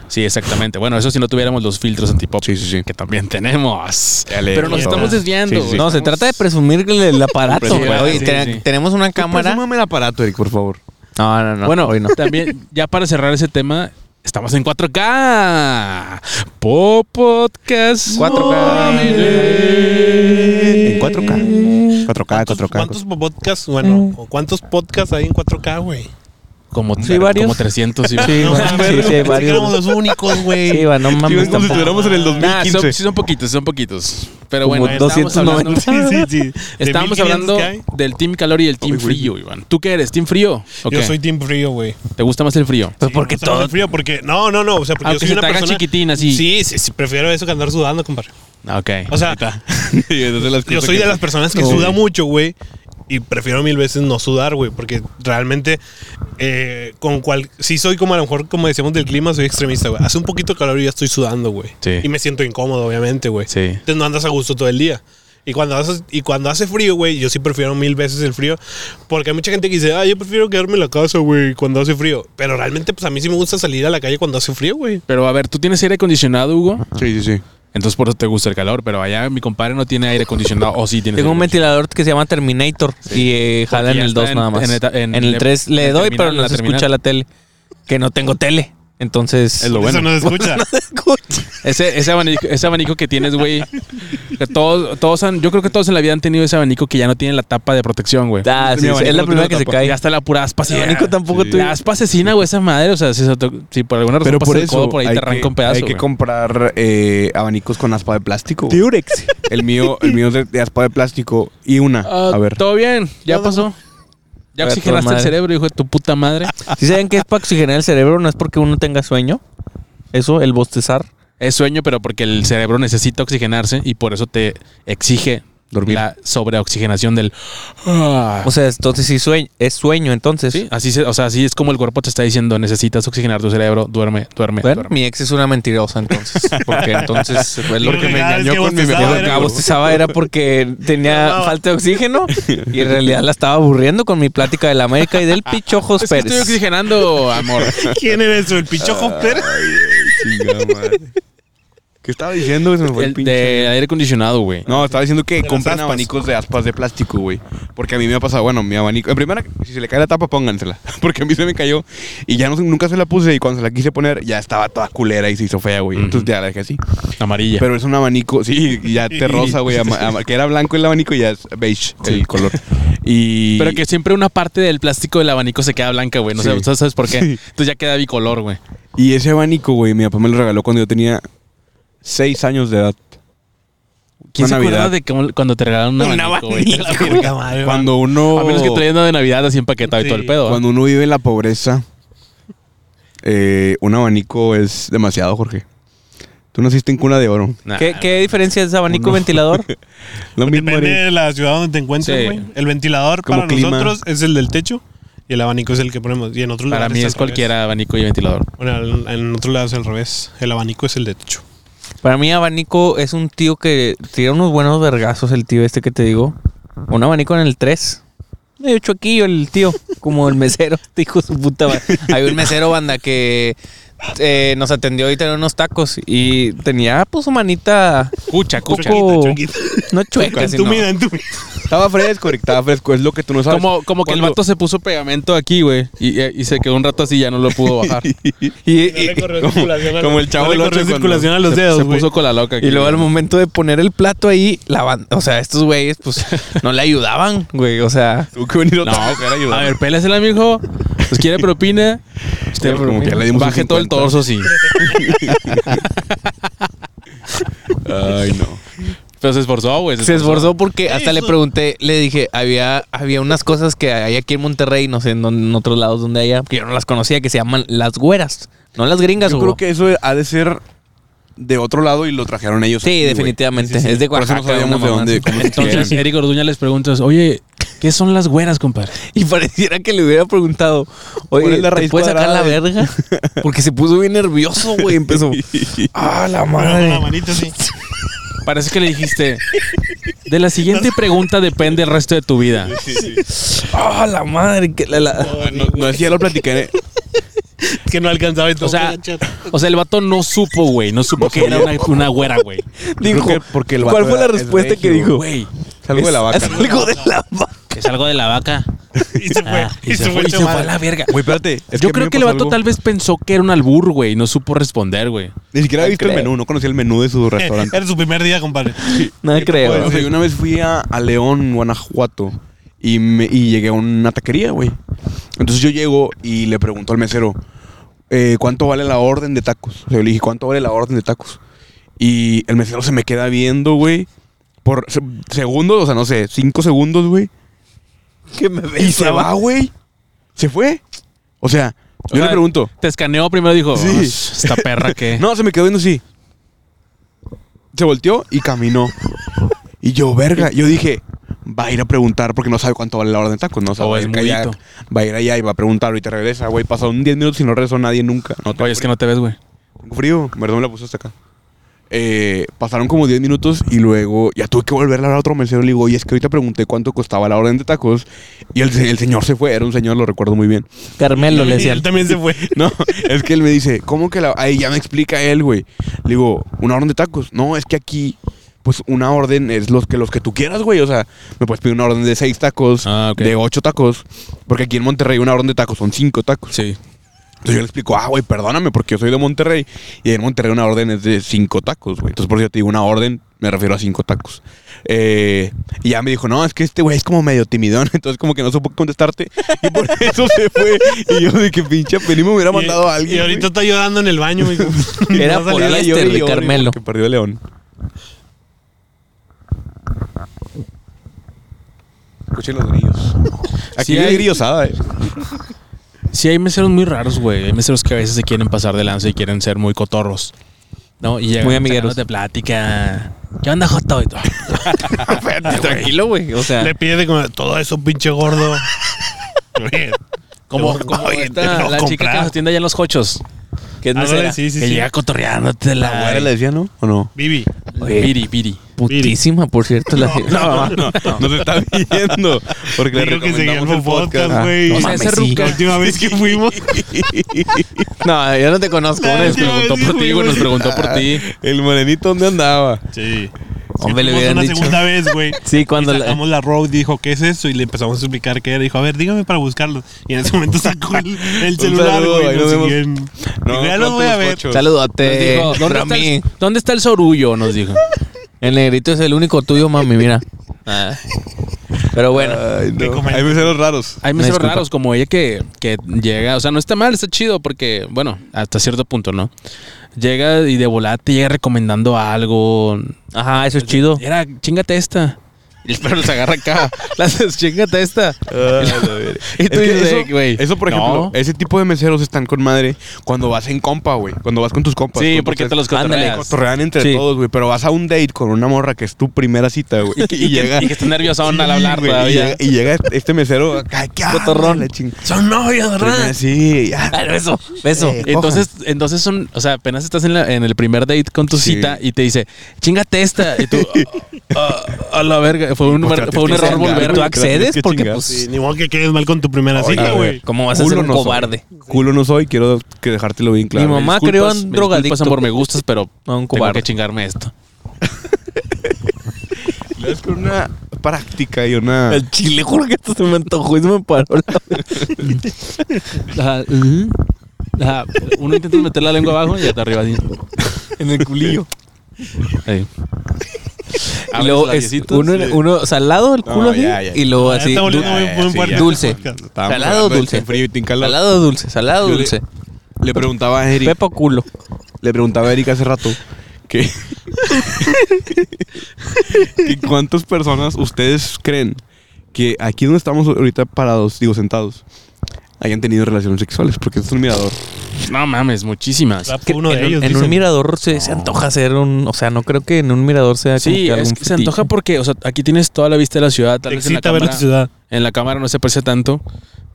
[SPEAKER 1] Sí, exactamente. Bueno, eso si no tuviéramos los filtros antipop
[SPEAKER 2] Sí, sí, sí.
[SPEAKER 1] que también tenemos.
[SPEAKER 2] Dale,
[SPEAKER 1] Pero nos
[SPEAKER 2] por
[SPEAKER 1] estamos
[SPEAKER 2] favor.
[SPEAKER 1] desviando.
[SPEAKER 2] Sí, sí, sí.
[SPEAKER 3] No, se trata de presumir el aparato,
[SPEAKER 2] Presumir,
[SPEAKER 3] güey. Oye,
[SPEAKER 1] sí,
[SPEAKER 3] te-
[SPEAKER 1] sí.
[SPEAKER 3] Tenemos una cámara.
[SPEAKER 2] Presúmame Pues el aparato, Eric, por favor.
[SPEAKER 3] No, no, no.
[SPEAKER 1] bueno,
[SPEAKER 3] hoy no.
[SPEAKER 1] también ya para cerrar ese tema, estamos en 4K. Pop Podcast.
[SPEAKER 3] 4K.
[SPEAKER 2] En 4K. 4K,
[SPEAKER 4] ¿Cuántos,
[SPEAKER 2] 4K.
[SPEAKER 4] ¿Cuántos
[SPEAKER 3] pues.
[SPEAKER 4] podcasts, bueno, o cuántos podcasts hay en 4K, güey?
[SPEAKER 1] Como,
[SPEAKER 3] Sí, varios.
[SPEAKER 1] como 300 y
[SPEAKER 3] Sí, güey,
[SPEAKER 4] mames,
[SPEAKER 3] sí, sí, hay
[SPEAKER 4] pensé que éramos los
[SPEAKER 3] varios.
[SPEAKER 4] únicos, güey.
[SPEAKER 3] Sí, va, no
[SPEAKER 2] Sí,
[SPEAKER 3] mames.
[SPEAKER 2] es como si
[SPEAKER 3] tampoco.
[SPEAKER 2] estuviéramos en el 2015.
[SPEAKER 1] Nah, son, sí son poquitos, son poquitos. Pero
[SPEAKER 3] Como
[SPEAKER 1] bueno, estábamos hablando-
[SPEAKER 3] 290.
[SPEAKER 4] Sí, sí, sí. De
[SPEAKER 1] Estábamos
[SPEAKER 4] 1500
[SPEAKER 1] hablando
[SPEAKER 4] que hay,
[SPEAKER 1] del Team Calor y el Team
[SPEAKER 2] Uy, güey.
[SPEAKER 1] Frío, Iván. ¿Tú qué eres? ¿Team Frío? ¿O
[SPEAKER 4] Yo
[SPEAKER 1] qué?
[SPEAKER 4] soy Team Frío, güey.
[SPEAKER 1] ¿Te gusta más el frío?
[SPEAKER 3] Pues
[SPEAKER 4] Sí,
[SPEAKER 3] porque
[SPEAKER 4] me gusta más
[SPEAKER 3] todo.
[SPEAKER 4] el frío, porque. No, no, no. O sea, porque
[SPEAKER 1] Aunque
[SPEAKER 4] yo soy
[SPEAKER 1] se
[SPEAKER 4] una
[SPEAKER 1] te haga
[SPEAKER 4] persona.
[SPEAKER 1] chiquitín, así.
[SPEAKER 4] Sí, sí, sí, Prefiero eso que andar sudando, compadre.
[SPEAKER 1] Ok.
[SPEAKER 4] O sea, yo soy de las personas que suda mucho, güey. Y prefiero mil veces no sudar, güey. Porque realmente, eh, con cual. Sí, soy como a lo mejor, como decíamos del clima, soy extremista, güey. Hace un poquito de calor y ya estoy sudando, güey.
[SPEAKER 1] Sí.
[SPEAKER 4] Y me siento incómodo, obviamente, güey.
[SPEAKER 1] Sí.
[SPEAKER 4] Entonces no andas a gusto todo el día. Y cuando, haces, y cuando hace frío, güey, yo sí prefiero mil veces el frío. Porque hay mucha gente que dice, ah, yo prefiero quedarme en la casa, güey, cuando hace frío. Pero realmente, pues a mí sí me gusta salir a la calle cuando hace frío, güey.
[SPEAKER 1] Pero a ver, tú tienes aire acondicionado, Hugo.
[SPEAKER 2] Sí, sí, sí.
[SPEAKER 1] Entonces por eso te gusta el calor. Pero allá mi compadre no tiene aire acondicionado. O sí tiene.
[SPEAKER 3] Tengo un
[SPEAKER 1] aire
[SPEAKER 3] ventilador que se llama Terminator y eh, jala en
[SPEAKER 1] ya
[SPEAKER 3] el
[SPEAKER 1] está
[SPEAKER 3] 2
[SPEAKER 1] en-
[SPEAKER 3] nada más.
[SPEAKER 1] en eta- en
[SPEAKER 3] En, el
[SPEAKER 1] la-
[SPEAKER 3] 3 le
[SPEAKER 1] la
[SPEAKER 3] doy,
[SPEAKER 1] terminal,
[SPEAKER 3] pero no
[SPEAKER 1] la
[SPEAKER 3] se
[SPEAKER 1] terminal.
[SPEAKER 3] escucha la tele. Que no tengo tele. Entonces.
[SPEAKER 1] Es lo
[SPEAKER 4] Eso
[SPEAKER 1] bueno.
[SPEAKER 4] no se escucha.
[SPEAKER 1] acondicionado. Ese, ese, abanico, ese abanico que tienes, güey. que Todos, todos han, yo creo que todos en la vida han tenido ese abanico que ya no tiene la tapa de protección, güey.
[SPEAKER 3] Ah,
[SPEAKER 2] Mi
[SPEAKER 3] sí, sí,
[SPEAKER 2] abanico no
[SPEAKER 3] es la
[SPEAKER 2] tiene
[SPEAKER 3] primera que se
[SPEAKER 2] tapa.
[SPEAKER 1] Ya
[SPEAKER 3] cae. Ah,
[SPEAKER 1] está la pura aspa.
[SPEAKER 2] ah,
[SPEAKER 1] así,
[SPEAKER 3] El abanico tampoco tuyo.
[SPEAKER 1] La aspa asesina, güey, esa madre. O sea, si, se to- si por alguna razón
[SPEAKER 2] Pero
[SPEAKER 1] pasa
[SPEAKER 2] por
[SPEAKER 1] el codo
[SPEAKER 2] eso
[SPEAKER 1] por ahí
[SPEAKER 2] hay
[SPEAKER 1] te arranca
[SPEAKER 2] que-
[SPEAKER 1] un pedazo.
[SPEAKER 2] Hay que
[SPEAKER 1] güey.
[SPEAKER 2] comprar eh, abanicos con aspa de plástico. güey.
[SPEAKER 3] Durex.
[SPEAKER 2] El mío, el mío es de, de aspa de plástico y una.
[SPEAKER 1] Ah,
[SPEAKER 2] a ver.
[SPEAKER 1] Todo bien, ya pasó. Ya
[SPEAKER 3] A ver,
[SPEAKER 1] oxigenaste
[SPEAKER 3] toda
[SPEAKER 1] el
[SPEAKER 3] madre.
[SPEAKER 1] cerebro, hijo de tu puta madre.
[SPEAKER 3] Si saben que es para oxigenar el cerebro, no es porque uno tenga sueño. Eso, el bostezar.
[SPEAKER 1] Es sueño, pero porque el cerebro necesita oxigenarse y por eso te exige
[SPEAKER 2] Dormir.
[SPEAKER 1] la sobreoxigenación del.
[SPEAKER 3] O sea, entonces sí sueño, es sueño, entonces.
[SPEAKER 1] Ah. Sí, Ah, así, se- o sea, así es como el cuerpo te está diciendo: necesitas oxigenar tu cerebro, duerme, duerme,
[SPEAKER 3] Bueno,
[SPEAKER 1] duerme.
[SPEAKER 3] mi ex es una mentirosa entonces. Porque entonces es lo que me
[SPEAKER 4] Cada vez
[SPEAKER 3] engañó
[SPEAKER 4] que
[SPEAKER 3] con mi
[SPEAKER 4] bostezaba
[SPEAKER 3] mejor
[SPEAKER 4] era-
[SPEAKER 3] amigo. Bostezaba era porque tenía
[SPEAKER 4] No.
[SPEAKER 3] falta de oxígeno y en realidad la estaba aburriendo con mi plática de la América y del pichojos
[SPEAKER 1] Ah, Es que
[SPEAKER 3] Pérez.
[SPEAKER 1] estoy oxigenando, amor. Ah,
[SPEAKER 4] ¿Quién eres tú? ¿El pichojo Pérez?
[SPEAKER 2] Chingada madre. ¿Qué estaba diciendo? güey? Se me fue el,
[SPEAKER 1] El
[SPEAKER 2] pinche.
[SPEAKER 1] de aire acondicionado, güey.
[SPEAKER 2] No, estaba diciendo que
[SPEAKER 4] las
[SPEAKER 2] compran
[SPEAKER 4] aspas.
[SPEAKER 2] abanicos de aspas de plástico, güey. Porque a mí me ha pasado, bueno, mi abanico. En primera, si se le cae la tapa, póngansela. Porque a mí se me cayó y ya no, se- nunca se la puse. Y cuando se la quise poner, ya estaba toda culera y se hizo fea, güey. Entonces ya la dejé así.
[SPEAKER 1] Amarilla.
[SPEAKER 2] Pero es un abanico, sí, y ya te rosa, güey. ama- ama- Que era blanco el abanico y ya es beige el color. Y.
[SPEAKER 1] Pero que siempre una parte del plástico del abanico se queda blanca, güey. No
[SPEAKER 2] Sí.
[SPEAKER 1] sé, ¿tú sabes por qué.
[SPEAKER 2] Sí.
[SPEAKER 1] Entonces ya queda bicolor, güey.
[SPEAKER 2] Y ese abanico, güey, mi papá me lo regaló cuando yo tenía seis años de edad.
[SPEAKER 1] ¿Quién se
[SPEAKER 2] Una
[SPEAKER 1] acuerda
[SPEAKER 2] Navidad.
[SPEAKER 1] de cómo- cuando te regalaron un abanico, güey?
[SPEAKER 4] La verga madre,
[SPEAKER 2] Cuando uno.
[SPEAKER 1] A menos que traían una de Navidad así empaquetado y
[SPEAKER 4] Sí.
[SPEAKER 1] todo el pedo. ¿eh?
[SPEAKER 2] Cuando uno vive en la pobreza, eh, un abanico es demasiado, Jorge. Tú naciste en cuna de oro.
[SPEAKER 1] Nah,
[SPEAKER 3] ¿Qué, qué diferencia es abanico ventilador?
[SPEAKER 2] Lo mismo
[SPEAKER 4] Depende
[SPEAKER 2] eres.
[SPEAKER 4] de la ciudad donde te encuentres,
[SPEAKER 1] Sí.
[SPEAKER 4] güey. El ventilador
[SPEAKER 2] Como
[SPEAKER 4] para
[SPEAKER 2] clima.
[SPEAKER 4] nosotros es el del techo y el abanico es el que ponemos. Y en otros
[SPEAKER 1] Para
[SPEAKER 4] lugares
[SPEAKER 1] mí
[SPEAKER 4] al
[SPEAKER 1] es
[SPEAKER 4] revés.
[SPEAKER 1] cualquiera abanico y ventilador.
[SPEAKER 4] Bueno, en- en otro lado es al revés. El abanico es el de techo.
[SPEAKER 3] Para mí, abanico es un tío que tira unos buenos vergazos, el tío este que te digo. Un abanico en el 3. Medio choquillo el tío, como el mesero, este hijo de su puta. madre. Había un mesero, banda, que eh, nos atendió y tenía unos tacos. Y tenía, pues, su manita.
[SPEAKER 1] Cucha,
[SPEAKER 3] Poco,
[SPEAKER 1] cucha.
[SPEAKER 4] chuequita.
[SPEAKER 3] no chueca,
[SPEAKER 4] En
[SPEAKER 3] sino.
[SPEAKER 4] tu vida, en tu vida.
[SPEAKER 2] Estaba fresco, Eric, estaba fresco. Es lo que tú no sabes.
[SPEAKER 1] Como, como que el
[SPEAKER 2] Cuando-
[SPEAKER 1] vato se puso pegamento aquí, güey. Y, eh, y se quedó un rato así y ya no lo pudo bajar.
[SPEAKER 3] Y,
[SPEAKER 4] No le
[SPEAKER 3] y-
[SPEAKER 4] corrió
[SPEAKER 2] como-
[SPEAKER 4] circulación a los-
[SPEAKER 2] como el chavo
[SPEAKER 4] no le
[SPEAKER 2] del ocho
[SPEAKER 4] corrió
[SPEAKER 2] cuando
[SPEAKER 4] circulación a los
[SPEAKER 1] se,
[SPEAKER 4] dedos,
[SPEAKER 1] se
[SPEAKER 4] güey.
[SPEAKER 1] puso con la loca. aquí,
[SPEAKER 3] y luego al
[SPEAKER 1] güey.
[SPEAKER 3] momento de poner el plato ahí, la banda. O sea, estos güeyes, pues, no le ayudaban, güey. O sea.
[SPEAKER 2] Tuvo que venir
[SPEAKER 1] No,
[SPEAKER 2] otra vez para ayudar.
[SPEAKER 1] a ver, pélasela, mijo. Pues quiere propina. Usted
[SPEAKER 2] Este, Como que ya le dimos un
[SPEAKER 1] baje todo el
[SPEAKER 2] 50.
[SPEAKER 1] torso, sí.
[SPEAKER 2] Ay, no.
[SPEAKER 1] Pero se esforzó, güey.
[SPEAKER 3] Se esforzó porque hasta le pregunté, le dije, había, había unas cosas que hay aquí en Monterrey, no sé, en, don- en otros lados donde haya, que yo no las conocía, que se llaman las güeras. No las gringas,
[SPEAKER 2] Yo
[SPEAKER 3] Hugo.
[SPEAKER 2] creo que eso ha de ser de otro lado y lo trajeron ellos.
[SPEAKER 3] Sí,
[SPEAKER 2] aquí, güey.
[SPEAKER 3] definitivamente.
[SPEAKER 2] Sí, sí, sí.
[SPEAKER 3] Es de
[SPEAKER 2] Por eso
[SPEAKER 3] Oaxaca.
[SPEAKER 2] no sabíamos
[SPEAKER 3] una
[SPEAKER 2] de
[SPEAKER 3] mamá
[SPEAKER 2] dónde.
[SPEAKER 3] así.
[SPEAKER 2] cómo se
[SPEAKER 1] Entonces,
[SPEAKER 2] hicieron.
[SPEAKER 1] Eric Orduña les preguntas, oye, ¿qué son las güeras, compadre?
[SPEAKER 3] Y pareciera que le hubiera preguntado,
[SPEAKER 2] ¿Cuál
[SPEAKER 3] oye,
[SPEAKER 2] es la
[SPEAKER 3] ¿te
[SPEAKER 2] raíz
[SPEAKER 3] puedes sacar la
[SPEAKER 2] cuadrada de-
[SPEAKER 3] verga? Porque se puso bien nervioso, güey. Empezó. ¡Ah, la
[SPEAKER 4] Con la
[SPEAKER 3] madre!
[SPEAKER 4] manita así.
[SPEAKER 1] Parece que le dijiste, de la siguiente pregunta depende el resto de tu vida.
[SPEAKER 3] ¡Ah, la madre! que la- la-
[SPEAKER 2] No, no es que ya lo platiqué.
[SPEAKER 4] Que no alcanzaba y todo.
[SPEAKER 1] O sea, o sea, el vato no supo, güey. No supo que era una, una güera, güey.
[SPEAKER 3] Dijo,
[SPEAKER 2] que porque el
[SPEAKER 3] ¿cuál
[SPEAKER 2] vato
[SPEAKER 3] fue la
[SPEAKER 2] era- es
[SPEAKER 3] respuesta que
[SPEAKER 2] regio,
[SPEAKER 3] dijo?
[SPEAKER 1] Güey,
[SPEAKER 2] Salgo de la vaca.
[SPEAKER 3] Es
[SPEAKER 2] ¿no?
[SPEAKER 3] algo de la vaca.
[SPEAKER 1] es algo de la vaca.
[SPEAKER 4] y se fue.
[SPEAKER 1] Ah,
[SPEAKER 4] y se fue.
[SPEAKER 1] y se
[SPEAKER 4] chaval.
[SPEAKER 1] fue a la verga.
[SPEAKER 2] Güey, espérate. es
[SPEAKER 1] Yo
[SPEAKER 2] a mí
[SPEAKER 1] creo
[SPEAKER 2] me
[SPEAKER 1] que el
[SPEAKER 2] pasó
[SPEAKER 1] vato
[SPEAKER 2] algo.
[SPEAKER 1] tal vez pensó que era un albur, güey. y No supo responder, güey.
[SPEAKER 2] Ni siquiera
[SPEAKER 3] No
[SPEAKER 2] había visto el
[SPEAKER 3] creo.
[SPEAKER 2] menú, no conocía el menú de su
[SPEAKER 4] Eh,
[SPEAKER 2] restaurante.
[SPEAKER 4] Era su primer día, compadre.
[SPEAKER 3] No creo.
[SPEAKER 2] O sea, yo una vez fui a, a León, Guanajuato, y, me, y llegué a una taquería, güey. Entonces yo llego y le pregunto al mesero, eh, ¿cuánto vale la orden de tacos? O sea, yo le dije, ¿cuánto vale la orden de tacos? Y el mesero se me queda viendo, güey, por se- segundos, o sea, no sé, cinco segundos, güey.
[SPEAKER 3] Que me
[SPEAKER 2] Y se va, güey. Se fue. O sea, yo
[SPEAKER 1] O sea,
[SPEAKER 2] le pregunto.
[SPEAKER 1] Te escaneó primero, dijo,
[SPEAKER 2] Sí.
[SPEAKER 1] "Ah, esta perra que...
[SPEAKER 2] No, se me quedó viendo así. Se volteó y caminó. Y yo, verga, yo dije, va a ir a preguntar porque no sabe cuánto vale la orden de tacos. No sabe.
[SPEAKER 1] Oh,
[SPEAKER 2] va, a
[SPEAKER 1] es
[SPEAKER 2] ir allá,
[SPEAKER 1] mudito.
[SPEAKER 2] va a ir allá y va a preguntar. Ahorita regresa, güey. Pasó un 10 minutos y no regresó nadie nunca. No tengo
[SPEAKER 1] Oye, es que no te ves, güey.
[SPEAKER 2] tengo frío. Perdón, me la puse hasta acá. Eh, pasaron como 10 minutos y luego ya tuve que volver a hablar a otro mesero. Le digo, oye, es que ahorita pregunté cuánto costaba la orden de tacos. Y el, se- el señor se fue. Era un señor, lo recuerdo muy bien.
[SPEAKER 3] Carmelo le
[SPEAKER 4] Y
[SPEAKER 3] decía.
[SPEAKER 4] él también se fue.
[SPEAKER 2] No, es que él me dice, ¿cómo que la.? Ahí ya me explica él, güey. Le digo, ¿una orden de tacos? No, es que aquí, pues una orden es los que, los que tú quieras, güey. O sea, me puedes pedir una orden de seis tacos,
[SPEAKER 1] Ah, ok.
[SPEAKER 2] de ocho tacos. Porque aquí en Monterrey una orden de tacos son cinco tacos.
[SPEAKER 1] Sí.
[SPEAKER 2] Entonces yo le explico, ah, güey, perdóname, porque yo soy de Monterrey. Y en Monterrey una orden es de cinco tacos, güey. Entonces por eso yo te digo una orden, me refiero a cinco tacos. Eh, y ya me dijo, no, es que este güey es como medio timidón. Entonces como que no supo contestarte. Y por eso se fue. Y yo de que pinche pelín me hubiera
[SPEAKER 4] Y-
[SPEAKER 2] mandado a alguien.
[SPEAKER 4] Y ahorita está llorando en el baño, güey.
[SPEAKER 3] Era
[SPEAKER 4] No salió
[SPEAKER 3] por
[SPEAKER 4] de la
[SPEAKER 3] ahí.
[SPEAKER 2] yo
[SPEAKER 3] este, güey, Carmelo.
[SPEAKER 2] Que perdió León. Escuchen los grillos. Aquí
[SPEAKER 1] Sí hay-
[SPEAKER 2] hay grillosada, eh.
[SPEAKER 1] Sí, hay meseros muy raros, güey. Hay meseros que a veces se quieren pasar de lanza y quieren ser muy cotorros. ¿No? Y llegan
[SPEAKER 3] Muy amigueros.
[SPEAKER 1] de plática. ¿Qué onda, Joto? Y todo.
[SPEAKER 3] Tranquilo, güey. O sea,
[SPEAKER 4] Le pide de comer todo eso, pinche gordo. Oye,
[SPEAKER 1] Como,
[SPEAKER 4] te voy-
[SPEAKER 1] como
[SPEAKER 4] oye, te
[SPEAKER 1] esta-
[SPEAKER 4] voy a
[SPEAKER 1] la chica que
[SPEAKER 4] comprar.
[SPEAKER 1] nos atiende allá en los hochos. Que es
[SPEAKER 4] Ah,
[SPEAKER 1] mesera.
[SPEAKER 4] sí, sí,
[SPEAKER 1] que
[SPEAKER 4] sí.
[SPEAKER 1] llega cotorreándote
[SPEAKER 2] La güera
[SPEAKER 1] la...
[SPEAKER 2] le decía, ¿no? ¿O no?
[SPEAKER 4] Vivi.
[SPEAKER 1] Piri, piri.
[SPEAKER 3] Putísima, por cierto. la
[SPEAKER 2] No, no, no, nos está viendo. Porque le
[SPEAKER 4] Digo que
[SPEAKER 2] recomendamos
[SPEAKER 4] seguía
[SPEAKER 2] el
[SPEAKER 4] el podcast,
[SPEAKER 2] podcast.
[SPEAKER 4] güey.
[SPEAKER 3] No
[SPEAKER 4] O sea,
[SPEAKER 3] mames,
[SPEAKER 1] ese
[SPEAKER 3] sí.
[SPEAKER 4] La última vez que fuimos.
[SPEAKER 1] No, yo no te conozco.
[SPEAKER 4] La
[SPEAKER 1] Uno nos
[SPEAKER 4] última
[SPEAKER 1] preguntó
[SPEAKER 4] vez
[SPEAKER 1] por
[SPEAKER 4] que
[SPEAKER 1] ti, güey. Nos preguntó por ti.
[SPEAKER 2] Ah, El morenito, ¿dónde andaba?
[SPEAKER 4] Sí.
[SPEAKER 3] Hombre, le
[SPEAKER 4] Fuimos
[SPEAKER 3] hubieran
[SPEAKER 4] una
[SPEAKER 3] dicho.
[SPEAKER 4] segunda vez, güey.
[SPEAKER 3] Sí, cuando
[SPEAKER 4] y
[SPEAKER 3] la-
[SPEAKER 4] sacamos la, road dijo, ¿qué es eso? Y le empezamos a explicar qué era. Dijo, a ver, dígame para buscarlo. Y en ese momento sacó el, el
[SPEAKER 2] Un
[SPEAKER 4] celular,
[SPEAKER 2] saludo, ahí
[SPEAKER 4] güey.
[SPEAKER 2] nos
[SPEAKER 4] Nos
[SPEAKER 2] vemos.
[SPEAKER 4] siguió en- Dijo, ya
[SPEAKER 2] pronto
[SPEAKER 4] los voy a
[SPEAKER 2] los
[SPEAKER 4] ver.
[SPEAKER 2] pochos.
[SPEAKER 3] Saludate.
[SPEAKER 1] Nos dijo, ¿dónde, está
[SPEAKER 3] Ah, eh, Rami.
[SPEAKER 1] el, ¿Dónde está el sorullo? Nos dijo.
[SPEAKER 3] El negrito es el único tuyo, mami, mira. Ah. Pero bueno.
[SPEAKER 2] Ay, no.
[SPEAKER 4] Te comento.
[SPEAKER 2] Hay meseros raros.
[SPEAKER 1] Hay
[SPEAKER 3] Una
[SPEAKER 1] meseros
[SPEAKER 3] disculpa.
[SPEAKER 1] raros como ella que, que llega, o sea, no está mal, está chido porque, bueno, hasta cierto punto, ¿no? Llega y de volada te llega recomendando algo.
[SPEAKER 3] Ajá, eso es chido.
[SPEAKER 1] Era, chingate esta. Y el perro los agarra acá. Las chingate esta. Y tú
[SPEAKER 2] Es que
[SPEAKER 1] dices,
[SPEAKER 2] eso-
[SPEAKER 1] "Eh, güey,
[SPEAKER 2] Eso, por ejemplo,
[SPEAKER 1] no".
[SPEAKER 2] ese tipo de meseros están con madre cuando vas en compa, güey. Cuando vas con tus compas.
[SPEAKER 1] Sí,
[SPEAKER 2] tú,
[SPEAKER 1] porque
[SPEAKER 2] pues,
[SPEAKER 1] te los
[SPEAKER 3] ándale,
[SPEAKER 1] cotorreas.
[SPEAKER 2] cotorrean entre
[SPEAKER 3] Sí.
[SPEAKER 2] todos, güey. Pero vas a un date con una morra que es tu primera cita, güey.
[SPEAKER 1] Y, que- y que- y que está nerviosa al hablar
[SPEAKER 2] güey, y
[SPEAKER 1] todavía.
[SPEAKER 2] llega- Y llega este mesero acá, ¿qué onda,
[SPEAKER 3] Cotorrón.
[SPEAKER 2] la ching-
[SPEAKER 3] Son novios,
[SPEAKER 2] Primera- Sí, ya.
[SPEAKER 3] Ah, beso, beso.
[SPEAKER 2] Eh,
[SPEAKER 1] Entonces, entonces son, o sea, apenas estás en, la- en el primer date con tu
[SPEAKER 2] Sí.
[SPEAKER 1] cita y te dice, chingate esta. Y tú, "Ah, a la verga, fue un,
[SPEAKER 2] Pues,
[SPEAKER 1] mer-
[SPEAKER 2] te
[SPEAKER 1] fue un
[SPEAKER 2] tienes que
[SPEAKER 1] error
[SPEAKER 2] chingar,
[SPEAKER 1] volver.
[SPEAKER 2] güey.
[SPEAKER 3] ¿Tú
[SPEAKER 2] te la tienes
[SPEAKER 3] accedes?
[SPEAKER 2] que
[SPEAKER 3] Porque
[SPEAKER 2] chingar.
[SPEAKER 3] pues...
[SPEAKER 4] Sí, ni modo que quedes mal con tu primera
[SPEAKER 2] Oye,
[SPEAKER 4] cita,
[SPEAKER 2] güey.
[SPEAKER 4] güey.
[SPEAKER 3] ¿Cómo vas a ser
[SPEAKER 2] Culo
[SPEAKER 3] un
[SPEAKER 2] no soy.
[SPEAKER 3] cobarde?
[SPEAKER 2] Culo no soy, quiero que dejártelo bien claro.
[SPEAKER 3] Mi mamá
[SPEAKER 1] Disculpas,
[SPEAKER 3] creó
[SPEAKER 1] me
[SPEAKER 3] un
[SPEAKER 1] disculpas,
[SPEAKER 3] drogadicto.
[SPEAKER 1] amor, me gustas, pero
[SPEAKER 3] No, un
[SPEAKER 1] tengo
[SPEAKER 3] cobarde.
[SPEAKER 1] que chingarme esto.
[SPEAKER 2] Es con una práctica y una...
[SPEAKER 3] El chile, juro que esto se me antojó y se me paró. la-
[SPEAKER 1] Ajá, ujú. Ajá, Uno intenta meter la lengua abajo y hasta arriba. así.
[SPEAKER 3] en el culillo.
[SPEAKER 1] Ahí.
[SPEAKER 3] Y luego
[SPEAKER 1] Abres
[SPEAKER 3] es
[SPEAKER 1] los labiecitos,
[SPEAKER 3] uno,
[SPEAKER 1] sí.
[SPEAKER 3] uno salado el
[SPEAKER 2] No,
[SPEAKER 3] culo así
[SPEAKER 2] ya, ya, ya.
[SPEAKER 3] y luego
[SPEAKER 4] Ya Ah,
[SPEAKER 3] así.
[SPEAKER 4] está volviendo
[SPEAKER 3] dul-
[SPEAKER 4] muy buen parte del
[SPEAKER 3] dulce.
[SPEAKER 4] podcast.
[SPEAKER 2] Estábamos
[SPEAKER 3] Salado,
[SPEAKER 2] hablando del
[SPEAKER 3] dulce.
[SPEAKER 2] frío y tincalado.
[SPEAKER 3] Salado dulce, salado
[SPEAKER 2] Yo le-
[SPEAKER 3] dulce.
[SPEAKER 2] Le preguntaba a Eric,
[SPEAKER 3] Pepo culo.
[SPEAKER 2] le preguntaba a Eric hace rato que, que cuántas personas ustedes creen que aquí donde estamos ahorita parados, digo sentados, hayan tenido relaciones sexuales, porque esto es un mirador.
[SPEAKER 1] No mames, muchísimas.
[SPEAKER 4] Rap fue uno
[SPEAKER 3] en
[SPEAKER 4] de
[SPEAKER 3] un-
[SPEAKER 4] ellos.
[SPEAKER 3] en un
[SPEAKER 4] dicen.
[SPEAKER 3] mirador se, se antoja ser un. O sea, no creo que en un mirador sea. como
[SPEAKER 1] Sí,
[SPEAKER 3] algún
[SPEAKER 1] es que se
[SPEAKER 3] fetiche.
[SPEAKER 1] antoja porque, o sea, aquí tienes toda la vista de la ciudad. Tal
[SPEAKER 4] Te
[SPEAKER 1] vez en la,
[SPEAKER 4] excita ver
[SPEAKER 1] cámara,
[SPEAKER 4] la ciudad.
[SPEAKER 1] en la cámara no se aprecia tanto,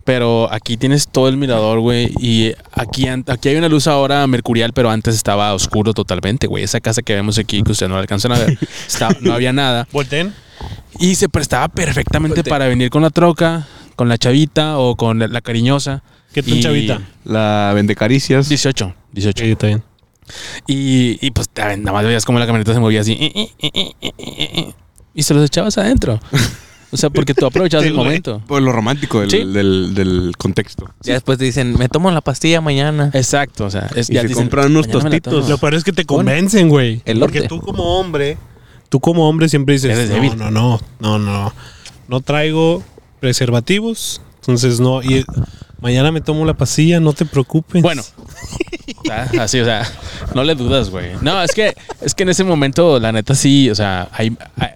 [SPEAKER 1] pero aquí tienes todo el mirador, güey. Y aquí, an- aquí hay una luz ahora mercurial, pero antes estaba oscuro totalmente, güey. Esa casa que vemos aquí, que ustedes no la alcanzan a ver, está- no había nada.
[SPEAKER 4] Volten.
[SPEAKER 1] Y se prestaba perfectamente
[SPEAKER 3] Fuente.
[SPEAKER 1] para venir con la troca, con la chavita o con la, la cariñosa.
[SPEAKER 4] ¿Qué tan
[SPEAKER 1] Y-
[SPEAKER 4] chavita?
[SPEAKER 2] La vende caricias.
[SPEAKER 1] 18, 18.
[SPEAKER 4] Sí, está bien.
[SPEAKER 1] Y, y pues ta- nada más veías como la camioneta se movía así. eh, eh, eh, eh, eh, eh, eh, Y se los echabas adentro. O sea, porque tú aprovechabas
[SPEAKER 4] Te
[SPEAKER 1] el
[SPEAKER 4] lo-
[SPEAKER 1] momento.
[SPEAKER 2] Por pues, lo romántico del,
[SPEAKER 1] Sí.
[SPEAKER 2] del- del contexto.
[SPEAKER 3] Ya después te dicen, me tomo la pastilla mañana.
[SPEAKER 1] Exacto, o sea, es,
[SPEAKER 2] Y se compran unos
[SPEAKER 1] "Mañana me la
[SPEAKER 2] tostitos".
[SPEAKER 1] tomo".
[SPEAKER 4] Lo peor es que te convencen, güey.
[SPEAKER 3] Elote.
[SPEAKER 4] Porque tú como hombre, tú como hombre siempre dices,
[SPEAKER 1] Eres
[SPEAKER 4] no,
[SPEAKER 1] débil.
[SPEAKER 4] no, no, no, no, no traigo preservativos, entonces no, y eh, mañana me tomo la pasilla, no te preocupes.
[SPEAKER 1] Bueno, Ah, así, o sea, no le dudas, güey. No, es que, es que en ese momento, la neta, sí, o sea, hay, hay-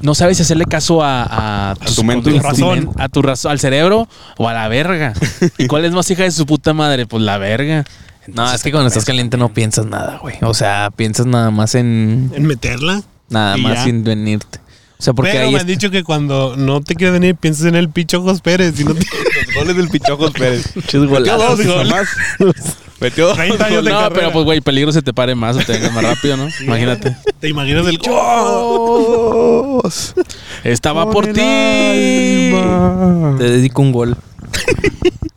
[SPEAKER 1] no sabes si hacerle caso a, a, tus-
[SPEAKER 2] tu mente.
[SPEAKER 1] a
[SPEAKER 4] A tu razón.
[SPEAKER 1] men- a tu razón, al cerebro o a la verga. ¿Y cuál es más hija de su puta madre? Pues la verga.
[SPEAKER 3] No, es que cuando estás caliente no piensas nada, güey. O sea, piensas nada más en.
[SPEAKER 4] en meterla.
[SPEAKER 3] Nada
[SPEAKER 4] Y ya.
[SPEAKER 3] más sin venirte. O sea, porque
[SPEAKER 4] Pero
[SPEAKER 3] ahí
[SPEAKER 4] me
[SPEAKER 3] es-
[SPEAKER 4] han dicho que cuando no te quieres venir, piensas en el pichojos Pérez y no te...
[SPEAKER 2] Los goles del Pichojos Pérez.
[SPEAKER 3] Muchos golazos.
[SPEAKER 2] Metió dos goles. Metió dos
[SPEAKER 4] 30 años
[SPEAKER 1] No,
[SPEAKER 4] de
[SPEAKER 2] goles.
[SPEAKER 4] carrera.
[SPEAKER 1] pero pues, güey, peligro se te pare más o te venga más rápido, ¿no? Imagínate.
[SPEAKER 4] Te imaginas el...
[SPEAKER 2] Dios.
[SPEAKER 1] Estaba por
[SPEAKER 2] Con
[SPEAKER 1] ti.
[SPEAKER 2] el
[SPEAKER 1] A
[SPEAKER 2] alma.
[SPEAKER 3] Te dedico un gol.